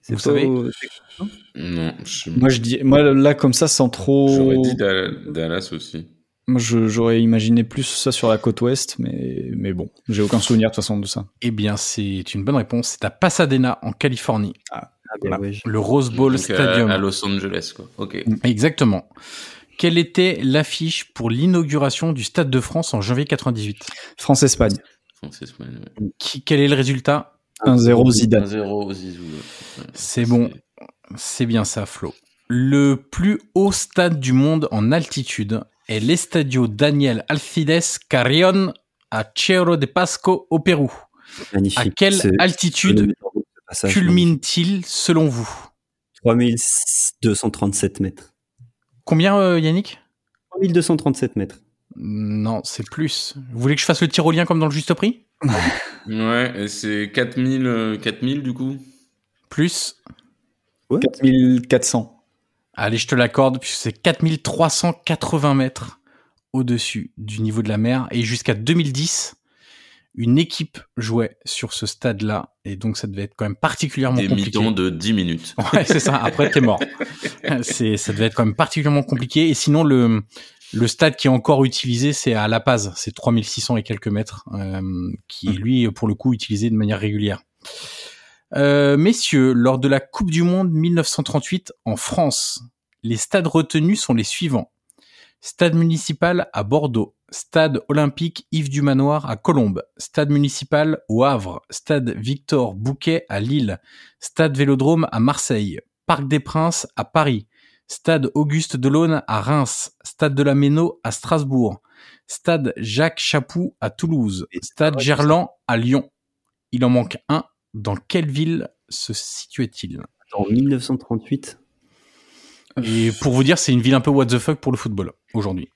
D: C'est
C: Vous
D: pas
C: savez-
D: au-
F: Non, je-
E: Moi, je dis, moi là, comme ça, sans trop.
F: j'aurais dit Dal- Dallas aussi.
E: Moi, je- j'aurais imaginé plus ça sur la côte ouest, mais, mais bon, j'ai aucun souvenir de toute façon de ça.
C: Eh bien, c'est une bonne réponse. C'est à Pasadena, en Californie.
D: Ah, ben ouais, je-
C: Le Rose Bowl
F: Donc, à-
C: Stadium.
F: À, Los Angeles, quoi. Ok.
C: Exactement. Quelle était l'affiche pour l'inauguration du Stade de France en janvier 98
E: France-Espagne,
F: Francis Mann, ouais.
C: Qui- Quel est le résultat
E: 1-0 Zidane.
F: 1-0 Zizou. ouais. Ouais,
C: C'est bon. C'est bien ça, Flo. Le plus haut stade du monde en altitude est l'Estadio Daniel Alcides Carrion à Cerro de Pasco au Pérou.
D: Magnifique.
C: À quelle
D: C'est-
C: altitude
D: ce passage,
C: culmine-t-il selon vous
D: 3237 mètres.
C: Combien, euh, Yannick
D: 3237 mètres.
C: Non, c'est plus. Vous voulez que je fasse le tyrolien comme dans le juste prix
F: Ouais, et c'est 4000, euh, 4000 du coup.
C: Plus.
E: 4400.
C: Allez, je te l'accorde, puisque c'est 4380 mètres au-dessus du niveau de la mer. Et jusqu'à 2010, une équipe jouait sur ce stade-là. Et donc, ça devait être quand même particulièrement
F: Des
C: compliqué.
F: mi-temps de 10 minutes.
C: Ouais, c'est ça. Après, t'es mort. C'est, ça devait être quand même particulièrement compliqué. Et sinon, le, le stade qui est encore utilisé, c'est à La Paz. C'est 3600 et quelques mètres, euh, qui est, lui, pour le coup, utilisé de manière régulière. Euh, messieurs, lors de la Coupe du Monde 1938 en France, les stades retenus sont les suivants. Stade municipal à Bordeaux, stade olympique Yves du Manoir à Colombes, stade municipal au Havre, stade Victor Bouquet à Lille, Stade Vélodrome à Marseille, Parc des Princes à Paris, Stade Auguste Delaune à Reims, Stade de la Méno à Strasbourg, Stade Jacques Chapou à Toulouse, Stade Gerland à Lyon. Il en manque un. Dans quelle ville se situait-il
D: En 1938,
C: Et pour vous dire, c'est une ville un peu what the fuck pour le football aujourd'hui.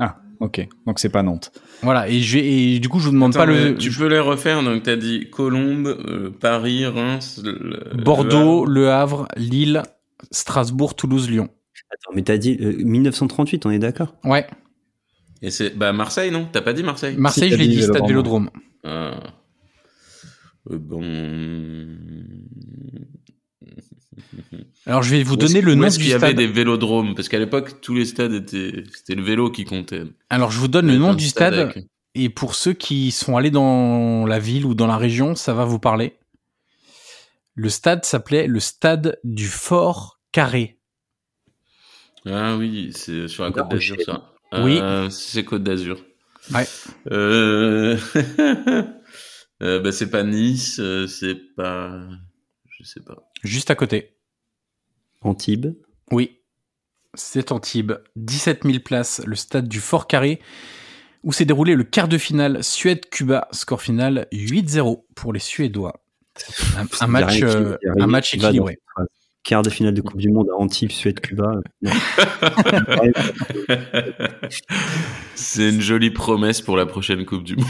E: Ah, ok. Donc c'est pas Nantes.
C: Voilà. Et, je vais- et du coup, je vous demande
F: Attends,
C: pas
F: mais
C: le
F: Tu peux les refaire, donc t'as dit Colombes, euh, Paris, Reims, euh, le-
C: Bordeaux, Le Havre, Lille, Strasbourg, Toulouse, Lyon.
D: attends, mais t'as dit euh, 1938, on est d'accord
C: Ouais.
F: Et c'est bah Marseille, non T'as pas dit Marseille
C: Marseille,
E: Si,
C: je l'ai
E: t'as
C: dit.
E: dit
C: Stade Vélodrome.
E: Vélodrome.
F: Ah. Euh, Bon.
C: Alors, je vais vous
F: Où est-ce-
C: donner le
F: où
C: nom
F: est-ce
C: du
F: qu'il y avait
C: stade.
F: des vélodromes parce qu'à l'époque tous les stades étaient c'était le vélo qui comptait.
C: Alors, je vous donne le
F: Il y
C: nom
F: avait un
C: du stade.
F: avec-
C: Et pour ceux qui sont allés dans la ville ou dans la région, ça va vous parler. Le stade s'appelait le stade du Fort Carré.
F: Ah oui, c'est sur la
D: La
F: Côte d'Azur ça.
C: Oui.
F: Euh, c'est Côte d'Azur.
C: Ouais.
F: Euh... euh, bah, c'est pas Nice, euh, c'est pas je sais pas.
C: Juste à côté.
D: Antibes.
C: Oui. C'est Antibes. 17 000 places, le stade du Fort Carré, où s'est déroulé le quart de finale Suède-Cuba. Score final 8-0 pour les Suédois. Un, un
D: Il y a rien
C: match,
D: qui-
C: euh,
D: il y a
C: un
D: rien
C: match
D: qui va dans
C: équilibré.
D: cette phrase. Quart de finale de Coupe du Monde à Antibes, Suède, Cuba. euh, non. Ouais,
F: C'est une jolie promesse pour la prochaine Coupe du monde.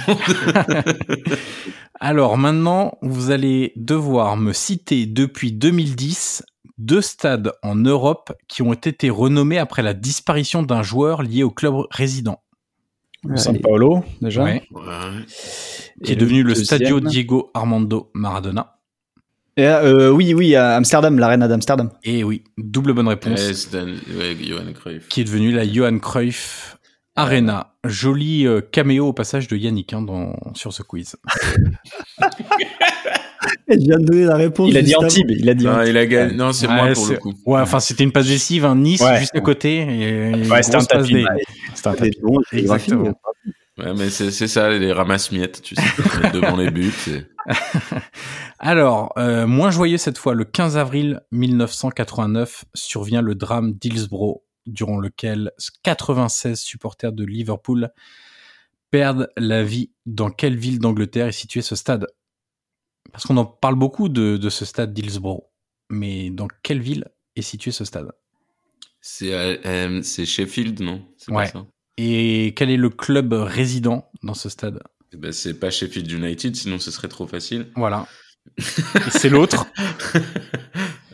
C: Alors maintenant, vous allez devoir me citer depuis 2010 deux stades en Europe qui ont été renommés après la disparition d'un joueur lié au club résident,
D: Allez.
E: San Paolo, déjà.
C: Ouais.
F: Ouais.
C: qui
E: Et
C: est devenu le
E: deuxième
C: Stadio Diego Armando Maradona.
E: Et, euh, oui, oui, à Amsterdam, l'arène d'Amsterdam.
C: Et oui, double bonne réponse,
F: Ouais, c'est un- ouais, Johan Cruyff.
C: qui est devenu la Johan Cruyff Arena. Joli euh, caméo au passage de Yannick hein, dans, sur ce quiz.
D: Je viens de donner la réponse.
E: Il a dit
D: juste
E: Antibes, il a dit
F: Ah,
E: Antibes.
F: il a gagné. Non, c'est
C: Ouais,
F: moi pour le
C: c'est-
F: coup.
C: Ouais, enfin c'était une passe décisive, un Nice
E: Ouais.
C: juste à côté. Et, et
E: Ouais,
C: grosse
E: c'était un tapis,
C: passe des-
E: ouais. C'est un
D: avant. Des
E: tapis.
D: bons géographies,
C: Exactement.
D: euh,
F: Ouais, mais c'est c'est ça les ramasse-miettes, tu sais, te mettre devant les buts. c'est-
C: Alors, euh, moins joyeux cette fois, le 15 avril 1989 survient le drame d'Hillsborough, durant lequel 96 supporters de Liverpool perdent la vie. Dans quelle ville d'Angleterre est situé ce stade Parce qu'on en parle beaucoup de, de ce stade d'Hillsborough, mais dans quelle ville est situé ce stade
F: C'est euh, euh, c'est Sheffield, non C'est
C: Ouais.
F: pas ça
C: Et quel est le club résident dans ce stade
F: Eh ben, c'est pas Sheffield United, sinon ce serait trop facile.
C: Voilà. Et C'est l'autre.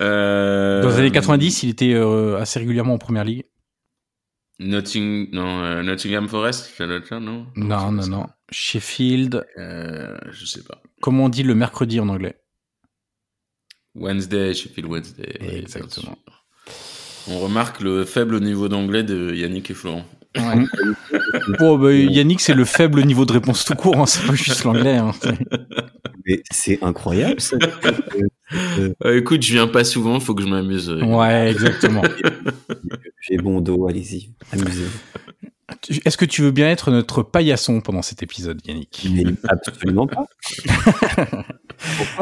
F: Euh,
C: Dans les années 90, il était euh, assez régulièrement en première ligue.
F: Notting... non, euh, Nottingham Forest, c'est l'autre là, non
C: Non, non,
F: c'est pas
C: non. Sheffield,
F: ça. Euh, je sais pas.
C: comment on dit le mercredi en anglais
F: Wednesday, Sheffield Wednesday. ouais, bien
C: Exactement.
F: sûr. On remarque le faible niveau d'anglais de Yannick et Florent.
C: Oh, bah, Yannick, c'est le faible niveau de réponse tout court, hein, c'est pas juste l'anglais. hein.
D: Mais c'est incroyable ça. Euh,
F: Euh, écoute, je viens pas souvent, faut que je m'amuse. euh.
C: Ouais, exactement.
D: J'ai bon dos, allez-y, amusez-vous.
C: Tu- Est-ce que tu veux bien être notre paillasson pendant cet épisode, Yannick
D: Mais absolument pas.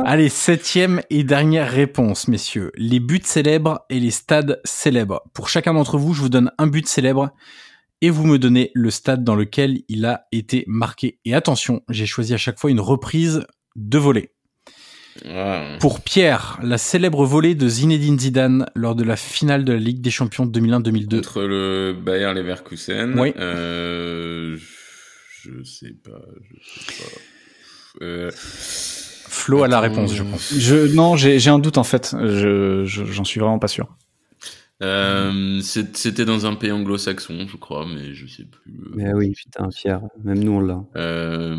C: Allez, septième et dernière réponse, messieurs. Les buts célèbres et les stades célèbres. Pour chacun d'entre vous, je vous donne un but célèbre et vous me donnez le stade dans lequel il a été marqué. Et attention, j'ai choisi à chaque fois une reprise de volée.
F: Ouais.
C: Pour Pierre, la célèbre volée de Zinedine Zidane lors de la finale de la Ligue des Champions 2001-2002.
F: Contre le Bayer Leverkusen.
C: Oui.
F: Euh, je je sais pas. Je sais pas. Euh,
C: Flo a la
F: attends,
C: réponse,
F: euh,
C: je pense.
E: Je, non, j'ai j'ai un doute en fait. Je, je- j'en suis vraiment pas sûr.
F: euh, c'est- C'était dans un pays anglo-saxon, je crois, mais je sais plus.
D: Mais oui, putain, fier. Même nous, on l'a.
F: Euh,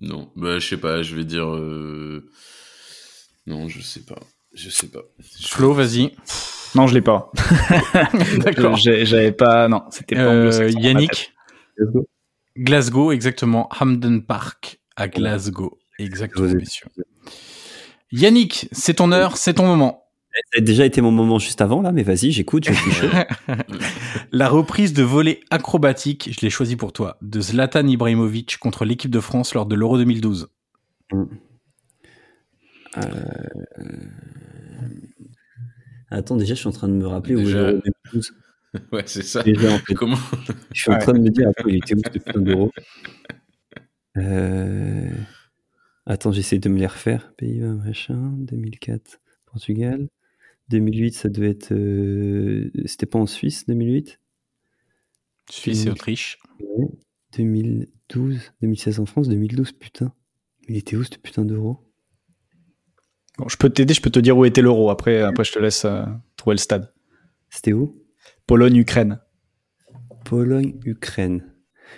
F: non, bah, je sais pas, je vais dire. euh, Non, je sais pas. Je sais pas. Je-
C: Flo, vas-y.
E: Non, je l'ai pas.
C: D'accord.
E: J'ai- J'avais pas. Non, c'était pas
C: Euh,
E: anglo-saxon, en fait.
C: Yannick, Glasgow, exactement. Hamden Park à Glasgow. Exactement,
D: José.
C: messieurs. Yannick, c'est ton heure, c'est ton moment.
D: Ça a déjà été mon moment juste avant, là, mais vas-y, j'écoute, je suis chaud.
C: La reprise de volée acrobatique, je l'ai choisie pour toi, de Zlatan Ibrahimovic contre l'équipe de France lors de l'Euro 2012.
D: Attends, déjà, je suis en train de me rappeler où
F: Déjà-
D: j'aurais aimé le pouce.
F: Ouais, c'est ça.
D: Déjà, en fait,
F: Comment
D: je suis en train de me dire, après, il était où ce putain d'euro Euh, Attends, j'essaie de me les refaire. Pays-Bas, machin, 2004, Portugal. 2008, ça devait être. euh, C'était pas en Suisse, 2008
C: Suisse et Autriche.
D: 2012, 2016 en France, 2012, putain. Il était où ce putain d'euro
E: Bon, je peux t'aider. Je peux te dire où était l'euro. Après, après, je te laisse euh, trouver le stade.
D: C'était où
E: Pologne-Ukraine.
D: Pologne, Ukraine.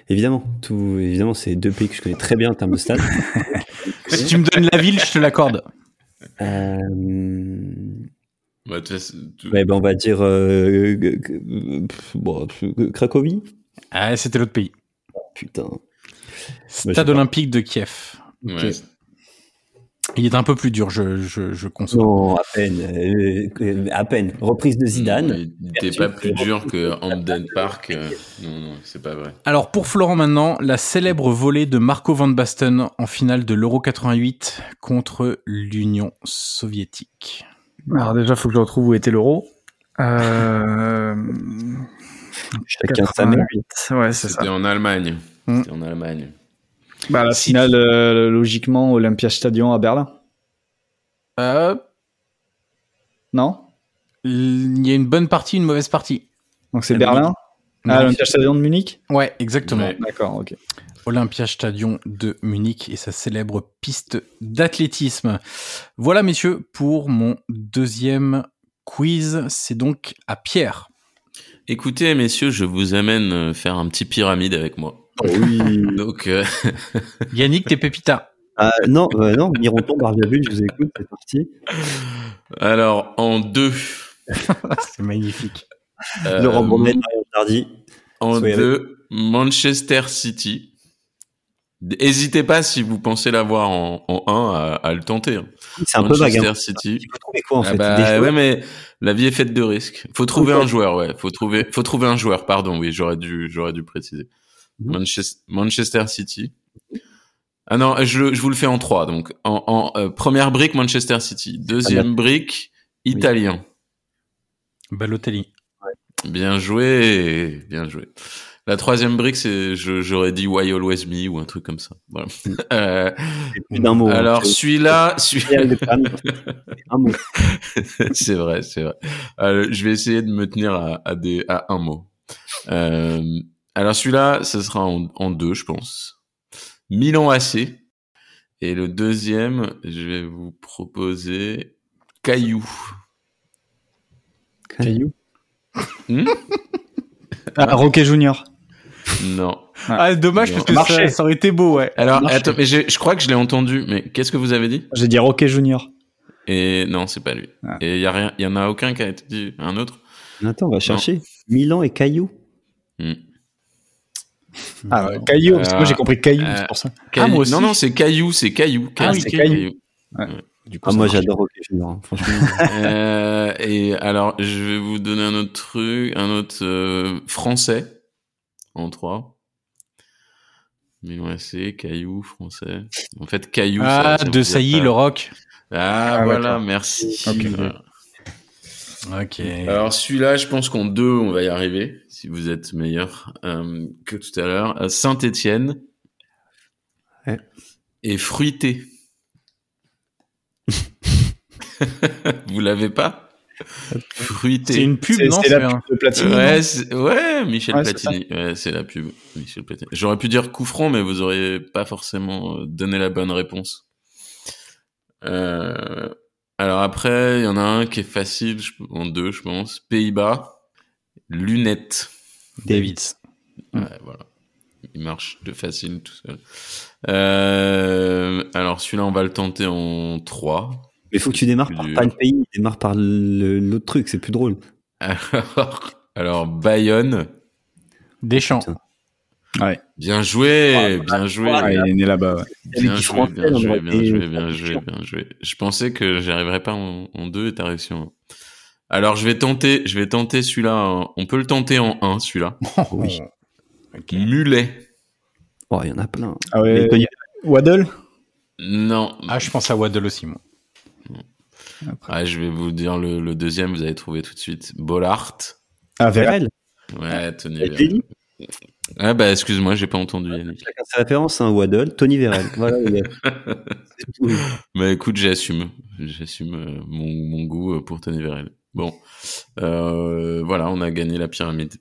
D: Évidemment, tout, évidemment, c'est deux pays que je connais très bien en termes de stade.
C: Si tu me donnes la ville, je te l'accorde.
D: Euh,
F: Bah, de toute façon, tout-
D: ouais, ben, on va dire euh, que- que- pff, bon, pff, Cracovie.
C: Ah, c'était l'autre pays.
D: Putain. Bah, je sais
C: Stade
D: pas.
C: olympique de Kiev.
F: ouais,
C: Il est un peu plus dur, je, je, je conçois.
D: Non, à peine. euh, euh, à peine. Reprise de Zidane.
F: Il n'était pas plus dur que Hamden Park. euh, Non, non, c'est pas vrai.
C: Alors pour Florent maintenant, la célèbre volée de Marco Van Basten en finale de l'Euro 88 contre l'Union soviétique.
E: Alors déjà, faut que je retrouve où était l'euro. Euh...
D: Chacun sa mère.
E: 88. Ouais, c'est ça.
F: C'était en Allemagne.
C: Mm.
F: C'était en Allemagne.
E: Bah, la finale, euh, logiquement, Olympiastadion à Berlin.
C: Euh,
E: Non
C: il y a une bonne partie, une mauvaise partie.
E: Donc c'est
D: À
E: Berlin Ah,
C: Non.
E: l'Olympiastadion de Munich
C: Ouais, exactement.
F: Ouais.
E: D'accord, ok.
C: Olympiastadion de Munich et sa célèbre piste d'athlétisme. Voilà messieurs pour mon deuxième quiz. C'est donc à Pierre.
F: Écoutez, messieurs, je vous amène euh, faire un petit pyramide avec moi.
D: Oh,
F: Donc, euh,
C: Yannick, t'es Pépita.
D: Ah, non, euh, non, Mironton, Barbiavul, je vous écoute, c'est parti.
F: alors, en deux.
E: Ah,
C: C'est magnifique.
F: euh,
D: Laurent Bournet, Marion Tardy.
F: En
D: Soyez
F: deux, Manchester City. N'hésitez pas, si vous pensez l'avoir en, en un, à, à le tenter. hein.
D: C'est un peu vague.
F: Manchester
D: Hein.
F: City.
D: Il faut trouver quoi en
F: Ah
D: fait
F: bah,
D: Des joueurs
F: ouais, mais la vie est faite de risques. Faut trouver
D: Ok.
F: un joueur, ouais. Faut trouver, faut trouver un joueur. Pardon, oui, j'aurais dû, j'aurais dû préciser.
D: Mhm.
F: Manchester, Manchester City. Ah non, je, le- je vous le fais en trois. Donc, en, en, euh, première brique, Manchester City. Deuxième brique, italien.
C: Balotelli.
F: Bien joué, bien joué. La troisième brique, c'est, je- j'aurais dit Why Always Me ou un truc comme ça. Voilà. Euh,
D: plus d'un mot. hein.
F: alors
D: Mhm. C'est-
F: celui-là, celui-
D: c'est le Pan, c'est un mot.
F: c'est vrai, c'est vrai. Euh, je vais essayer de me tenir à, à des, à un mot. Euh, alors celui-là, ce sera en, en deux, je pense. Milan AC. Et le deuxième, je vais vous proposer Caillou.
E: Caillou
F: Hmm
E: Ah, Roquet Junior.
F: Non.
C: Ah, dommage,
F: Bon.
C: parce que
E: Marché.
C: ça, ça aurait été beau, ouais.
F: Alors,
E: Marché.
F: attends, mais j'ai- je crois que je l'ai entendu, mais qu'est-ce que vous avez dit
E: J'ai dit Roquet Junior.
F: Et non, c'est pas lui.
E: Ah.
F: Et il y a rien, il y en a aucun qui a été dit. Un autre.
D: Attends, on va chercher. Milan et Caillou.
E: Ah, ouais, Caillou, parce que moi j'ai compris Caillou,
F: Euh,
E: c'est pour ça.
C: Ah, moi aussi.
F: Non, non, c'est Caillou, c'est Caillou.
E: Ah oui, c'est Caillou. Du coup,
D: Ah,
E: ça
D: moi
E: marche.
D: j'adore Rocket Junior, hein, franchement.
F: Euh, et alors, je vais vous donner un autre truc, un autre euh, français en trois. Milan AC, Caillou, français. En fait, Caillou. ça-
C: Ah,
F: ça
C: de
F: vous euh, dit
C: Sailly,
F: pas.
C: le rock.
F: Ah,
E: Ah,
F: voilà,
E: d'accord.
F: merci.
E: Ok.
F: Voilà.
C: Ok.
F: Alors celui-là, je pense qu'en deux, on va y arriver, si vous êtes meilleur euh, que tout à l'heure. Euh, Saint-Étienne
D: Ouais.
F: et fruité. vous l'avez pas Fruité.
C: C'est une pub,
E: C'est
C: non
E: c'est
C: c'est
E: la
C: un-
E: pub de Platini.
F: Ouais, c'est- ouais, Michel
E: Ouais, c'est
F: Platini. Ouais, c'est la pub. Michel Platini. J'aurais pu dire coup franc, mais vous auriez pas forcément euh, donné la bonne réponse. Euh, alors après, il y en a un qui est facile, je- en deux, je pense. Pays-Bas, lunettes.
C: Davids.
E: Mmh.
F: Ouais, voilà. Il marche de facile tout seul. Euh, alors celui-là, on va le tenter en trois.
D: Mais faut que tu démarres par,
F: Dur.
D: pas le pays, démarre par le- l'autre truc, c'est plus drôle.
F: Alors, alors Bayonne.
C: Deschamps.
D: Putain.
F: Bien joué, bien joué.
E: Ah, il est né là-bas. ouais.
F: Bien
D: Qui
F: joué,
D: français,
F: bien
D: on
F: joué,
D: aurait
F: bien
D: été- hein.
F: joué, bien joué, bien joué. Je pensais que j'arriverais pas en, en deux et t'as réussi en un. Alors je vais tenter, je vais tenter celui-là. en- On peut le tenter en un, celui-là.
D: Oui.
F: Mulet.
D: Oh, il y en a plein.
E: Ah
D: Mais
E: ouais.
D: toi, il y
E: Waddle
F: Non.
C: Ah, je pense à Waddle aussi, moi.
F: Ah, je vais vous dire le, le deuxième. Vous allez trouver tout de suite. Bollard.
E: Ah,
D: a
E: Verret.
D: Perel,
F: Ouais, Tony.
D: il y a
F: Verne.
D: Deli.
F: Ah bah excuse-moi, j'ai pas entendu Yannick.
D: Chacun sa référence, hein, Waddle, Tony Verrel. Voilà, les gars. C'est tout.
F: Bah écoute, j'assume. J'assume euh, mon, mon goût euh, pour Tony Vérel. Bon, Euh, voilà, on a gagné la pyramide.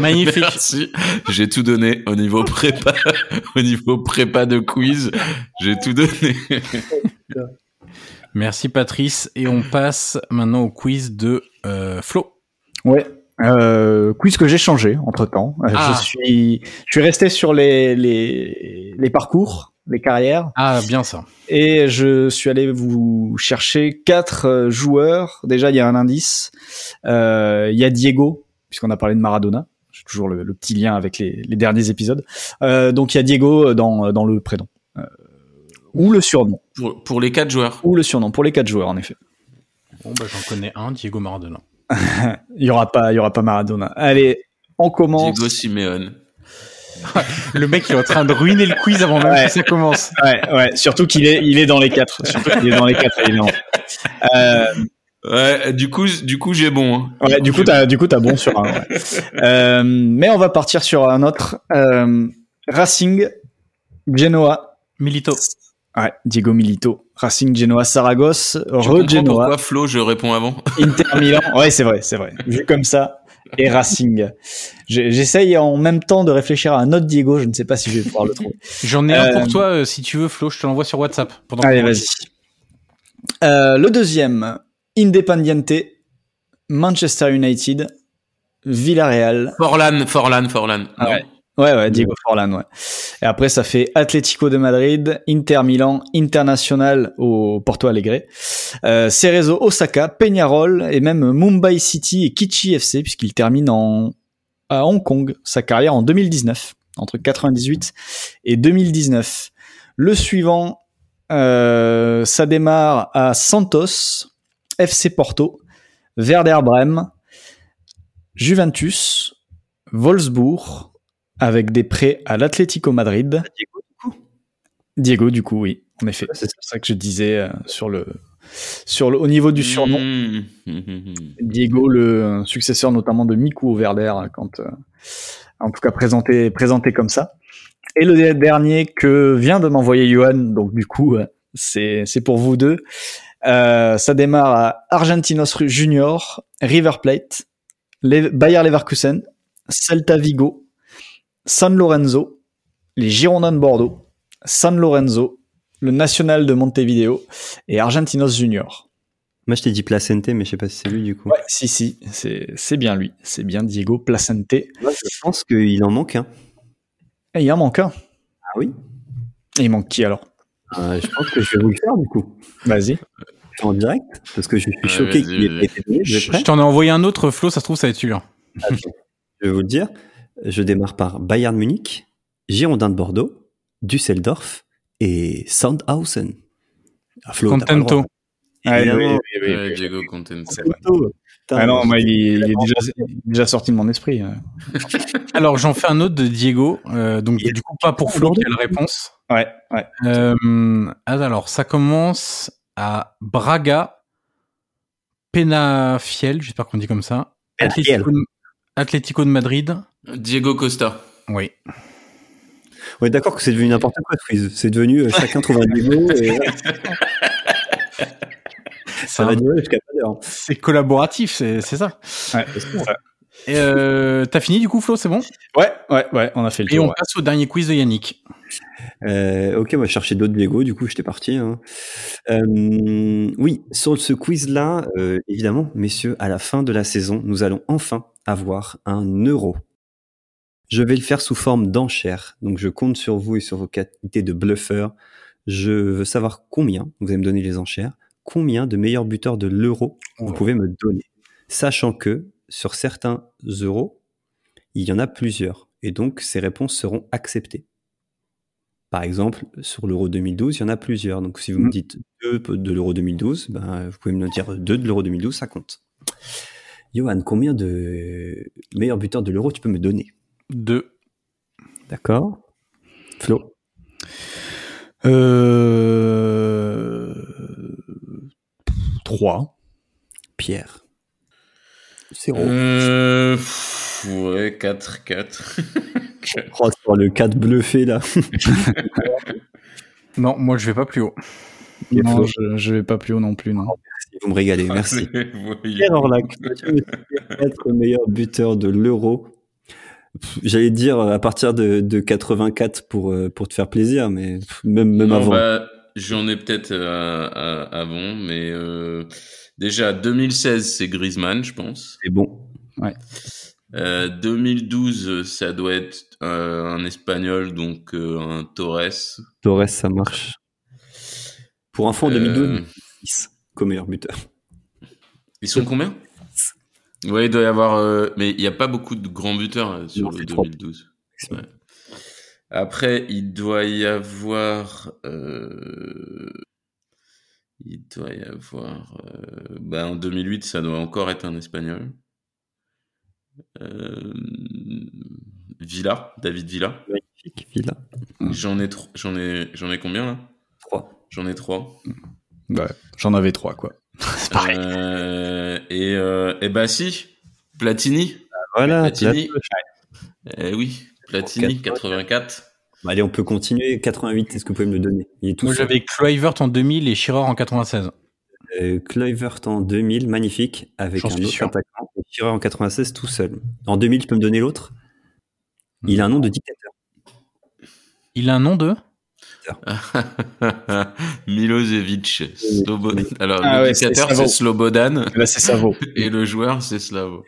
C: Magnifique.
F: Merci. J'ai tout donné au niveau prépa, au niveau prépa de quiz. J'ai tout donné.
C: Merci, Patrice. Et on passe maintenant au quiz de euh, Flo.
E: Ouais. Euh, quiz que j'ai changé entre temps.
C: Ah.
E: Je suis, je suis resté sur les, les, les parcours, les carrières,
C: Ah, bien ça.
E: et je suis allé vous chercher quatre euh, joueurs. Déjà, il y a un indice. Euh, Il y a Diego, puisqu'on a parlé de Maradona. J'ai toujours le, le petit lien avec les, les derniers épisodes. Euh, donc, il y a Diego dans, dans le prénom. Euh, ou le surnom.
F: Pour, pour les quatre joueurs.
E: Ou le surnom, pour les quatre joueurs, en effet.
C: Bon, bah, j'en connais un, Diego Maradona.
E: Il y aura pas, il y aura pas Maradona. Allez, on commence.
F: Diego Simeone.
C: Le mec il est en train de ruiner le quiz avant même
E: Ouais.
C: que ça commence.
E: Ouais, ouais. Surtout qu'il est, il est dans les quatre. Surtout qu'il est dans les quatre éléments. Euh,
F: Ouais, du coup, du coup, j'ai bon. hein.
E: ouais, du coup, t'as, du coup, t'as bon sur un. ouais. Euh, mais on va partir sur un autre. Euh, Racing, Genoa.
C: Milito.
E: Ouais, Diego Milito. Racing, Genoa, Saragosse,
F: Tu comprends
E: Re Genoa,
F: pourquoi Flo, je réponds avant.
E: Inter Milan. Ouais, c'est vrai, c'est vrai. Vu comme ça. Et Racing. J'ai- J'essaye en même temps de réfléchir à un autre Diego. Je ne sais pas si je vais pouvoir le trouver.
C: J'en ai un
E: Euh, Ah,
C: pour toi euh, si tu veux, Flo. Je te l'envoie sur WhatsApp. Pendant
E: Allez,
C: qu'on-
E: vas-y. Euh, le deuxième, Independiente, Manchester United, Villarreal.
F: Forlan, Forlan, Forlan.
E: Ah
F: Non.
E: ouais. Ouais, ouais, Diego Forlan, ouais. Et après, ça fait Atlético de Madrid, Inter Milan, International au Porto Alegre, euh, Cerezo Osaka, Peñarol et même Mumbai City et Kichi FC puisqu'il termine en, à Hong Kong sa carrière en 2019, entre 98 et 2019. Le suivant, euh, ça démarre à Santos, FC Porto, Werder Brême, Juventus, Wolfsburg, avec des prêts à l'Atlético Madrid. Diego, du coup, oui, en effet. C'est pour ça que je disais euh, sur le, sur le, au niveau du surnom,
F: Mmh, mmh, mmh, mmh.
E: Diego, le euh, successeur notamment de Miku Verder, quand, euh, en tout cas présenté, présenté comme ça. Et le de- dernier que vient de m'envoyer Johan, donc du coup, euh, c'est, c'est pour vous deux. Euh, ça démarre à Argentinos Junior, River Plate, Le- Bayer Leverkusen, Celta Vigo, San Lorenzo, les Girondins de Bordeaux, San Lorenzo, le National de Montevideo et Argentinos Junior.
D: Moi, je t'ai dit Placente, mais je sais pas si c'est lui du coup.
E: Ouais, si, si, c'est c'est bien lui. C'est bien Diego Placente. Et
D: Moi, je pense qu'il en manque un.
E: il en manque un.
D: Ah oui
E: Et il manque qui alors
D: Euh, je pense que je vais vous le faire du coup.
E: Vas-y.
D: Je suis en direct parce que je suis choqué
F: vas-y,
D: qu'il ait
F: vas-y.
D: pas été donné. Je vais
C: Je,
D: prêt.
C: je t'en ai envoyé un autre, Flo. Ça se trouve, ça va être celui-là.
D: Je vais vous le dire. Je démarre par Bayern Munich, Girondin de Bordeaux, Düsseldorf et Sandhausen. Ah, Flo, t'as pas le
C: Contento.
D: droit. Évidemment.
F: Ouais, Diego Contento.
D: Contento. Putain,
E: Ah non,
D: je-
E: moi, il, est- il est déjà, il est déjà sorti de mon esprit. euh.
C: Alors, j'en fais un autre de Diego. euh, donc,
D: Il-
C: du coup, pas pour Flo qui a la réponse.
E: Ouais, ouais.
C: ah, Euh, alors, ça commence à Braga, Penafiel, j'espère qu'on dit comme ça.
D: Penafiel.
C: Atlético de, Atlético de Madrid.
F: Diego Costa.
C: Oui.
D: On est d'accord que c'est devenu n'importe quoi, Freeze. C'est devenu euh, chacun trouve un niveau et voilà, ça va durer jusqu'à pas d'heure.
C: C'est collaboratif, c'est c'est ça.
E: Ouais,
C: Et, euh, T'as fini du coup, Flo, c'est bon
E: hein. ouais, ouais, ouais, on a fait le
C: Et
E: tour.
C: on
E: ouais.
C: passe au dernier quiz de Yannick.
D: Euh, ok, on va chercher d'autres Diego, du coup j'étais parti. hein. Euh, oui, sur ce quiz-là, euh, évidemment, messieurs, à la fin de la saison, nous allons enfin avoir un euro. Je vais le faire sous forme d'enchère, donc je compte sur vous et sur vos qualités de bluffeur. Je veux savoir combien, vous allez me donner les enchères, combien de meilleurs buteurs de l'euro vous
C: Oh.
D: pouvez me donner. Sachant que sur certains euros, il y en a plusieurs, et donc ces réponses seront acceptées. Par exemple, sur l'euro 2012, il y en a plusieurs. Donc, si vous me
E: Mm.
D: dites deux de l'euro 2012, ben, vous pouvez me dire deux de l'euro 2012, ça compte. Johan, combien de meilleurs buteurs de l'euro tu peux me donner
C: Deux.
D: D'accord Flo
E: Euh... 3.
D: Pierre Zéro.
F: Euh, pff, ouais, 4, 4.
D: Oh, sur le 4 bluffé, là.
C: Non, moi je vais pas plus haut.
E: Non,
D: Flo.
E: je, je vais pas plus haut non plus. Non.
D: Vous me régalez,
F: Ah,
D: merci. Pierre Orlac, peux-tu me citer quatre meilleurs buteurs de l'euro Pff, J'allais dire à partir de, de 84 pour, euh, pour te faire plaisir, mais pff, même, même avant.
F: bah, J'en ai peut-être euh, à- avant, mais euh, déjà 2016, c'est Griezmann, je pense.
D: C'est bon.
F: Euh, 2012, ça doit être euh, un espagnol, donc euh, un Torres.
D: Torres, ça marche. Pour info, en 2002,
F: Euh,
D: 10 comme meilleur buteur.
F: Ils sont combien Ouais, il doit y avoir. euh, mais il n'y a pas beaucoup de grands buteurs euh, sur
D: Non,
F: le
D: c'est trois.
F: 2012. Ouais. Après, il doit y avoir. euh, il doit y avoir. euh, bah, en 2008, ça doit encore être un espagnol. Euh, Villa, David Villa.
D: Magnifique, Villa. Mm.
F: J'en ai, tro- j'en ai, j'en ai combien là
D: 3.
F: J'en ai trois.
E: Ouais, J'en avais 3, quoi.
F: Euh, et, euh, et bah si, Platini.
D: Voilà,
F: Platini.
D: Platini.
F: Eh oui, Platini 84.
D: Bah, allez, on peut continuer. 88, est-ce que vous pouvez me le donner Il est tout
C: Moi
D: seul.
C: j'avais Kluivert en 2000 et Schirrer en 96.
D: Euh, Kluivert en 2000, magnifique, avec
C: J'en
D: un
C: suis
D: autre
C: sûr.
D: attaquant. Et Schirrer en 96, tout seul. En 2000, tu peux me donner l'autre Il a un nom de dictateur.
C: Il a un nom de
F: Milosevic. Slobo- Alors,
E: Ah
F: le
E: ouais, c'est
F: dictateur, c'est
E: Slavo.
F: Slobodan
E: Là, c'est ça vaut.
F: et le joueur, c'est Slavo.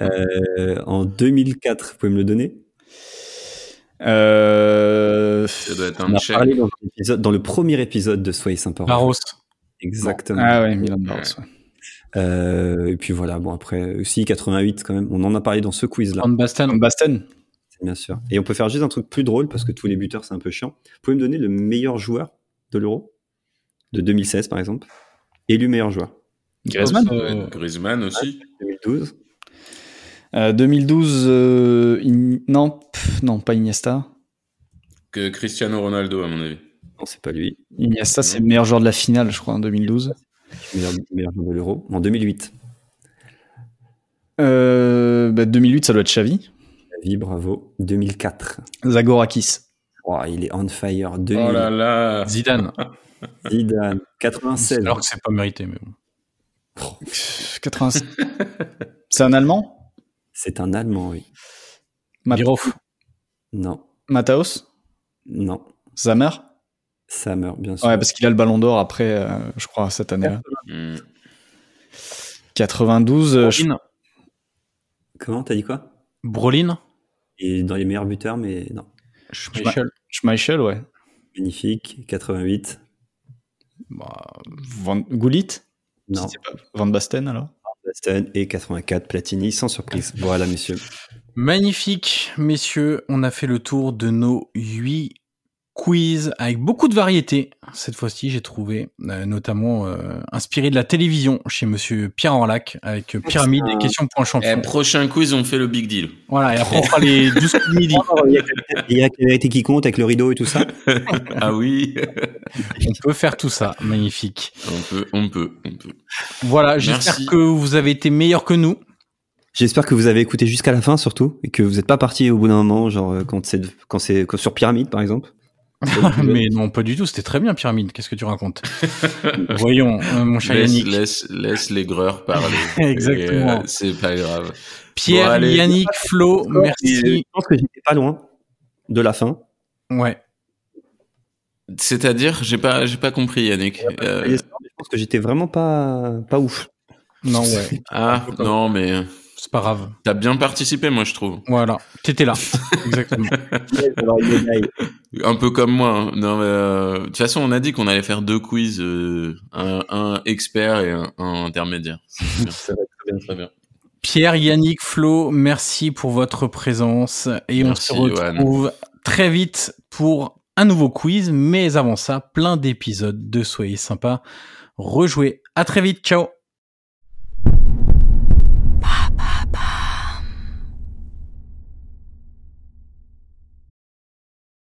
D: Euh, en 2004, vous pouvez me le donner
E: Euh...
F: Ça doit être
D: On
F: un
D: a
F: tchèque.
D: parlé dans, un épisode- dans le premier épisode de Soyez sympa.
C: Barros.
D: Exactement.
E: Ah ouais, Milan Barros. ouais.
D: Euh, et puis voilà, bon après, aussi 88 quand même, on en a parlé dans ce quiz-là,
C: Van Basten.
E: Van Basten
D: bien sûr. Et on peut faire juste un truc plus drôle, parce que tous les buteurs, c'est un peu chiant. Vous pouvez me donner le meilleur joueur de l'Euro, de 2016 par exemple, élu meilleur joueur,
E: Griezmann
F: Ça doit être Griezmann aussi.
D: 2012,
E: Euh, 2012, euh, Ign- non, pff, non, pas Iniesta.
F: Que Cristiano Ronaldo, à mon avis.
D: non c'est pas lui,
E: Iniesta, c'est le meilleur joueur de la finale, je crois, en 2012.
D: meilleur, meilleur joueur de l'Euro, en 2008.
E: Euh, bah, 2008, ça doit être Xavi.
D: Xavi, bravo, 2004.
E: Zagorakis.
D: Oh, il est on fire,
F: Oh là
D: 2000,
F: là.
C: Zidane.
D: Zidane, 96,
C: Alors que c'est pas mérité, mais bon.
E: Pff, 87. c'est un Allemand
D: c'est un Allemand, oui.
E: Ma-
C: Biroff.
D: Non,
E: Mataos
D: non,
E: Zamer
D: Sammer, bien sûr.
E: Ouais, parce qu'il a le ballon d'or après, euh, je crois, cette année-là.
F: Hmm.
E: 92, euh, je-
C: Brolin.
D: Comment, t'as dit quoi
C: Brolin.
D: Et dans les meilleurs buteurs, mais non.
C: Schmeichel.
E: Schmeichel, ouais.
D: Magnifique, 88.
C: Bah,
E: Van... Gullit
D: Non,
E: C'était pas Van Basten, alors
D: Boston et 84 Platini, sans surprise. Voilà, messieurs.
C: Magnifique, messieurs. On a fait le tour de nos huit quiz avec beaucoup de variété. Cette fois-ci, j'ai trouvé euh, notamment euh, inspiré de la télévision chez Monsieur Pierre Orlac avec euh, Pyramide et questions pour un
F: Eh,
C: champion.
F: prochain quiz, on fait le big deal.
C: Voilà, et après on fera les 12 coups de midi.
D: Il y a la vérité qui compte avec le rideau et tout ça.
F: Ah oui,
C: On peut faire tout ça, magnifique.
F: on peut, on peut, on peut.
C: Voilà, j'espère
F: Merci.
C: que vous avez été meilleurs que nous.
D: J'espère que vous avez écouté jusqu'à la fin surtout et que vous n'êtes pas parti au bout d'un moment, genre euh, quand c'est quand c'est quand- sur pyramide par exemple.
C: Mais non, pas du tout, c'était très bien Pyramide, qu'est-ce que tu racontes Voyons, euh, mon cher
F: Laisse,
C: Yannick.
F: laisse, laisse l'aigreur parler.
C: Exactement.
F: Et, euh, C'est pas grave.
C: Pierre,
F: Bon, allez.
C: Yannick, Flo,
D: Et
C: merci.
D: Je pense que j'étais pas loin de la fin.
C: Ouais.
F: C'est-à-dire, j'ai pas, j'ai pas compris, Yannick. Euh,
D: Je pense que j'étais vraiment pas pas ouf.
C: Non, ouais,
F: ah non, mais
C: c'est pas grave.
F: t'as bien participé, moi je trouve.
C: Voilà, t'étais là. Exactement.
D: Alors, il est là, il-
F: Un peu comme moi. hein. Non, mais, euh, de toute façon, on a dit qu'on allait faire deux quiz, euh, un, un expert et un, un intermédiaire. C'est bien.
D: ça va être très bien.
F: Très bien.
C: Pierre, Yannick, Flo, merci pour votre présence et
F: Merci,
C: on se retrouve très vite pour un nouveau quiz. Mais avant ça, plein d'épisodes de Soyez sympa. Rejouez. À très vite. Ciao.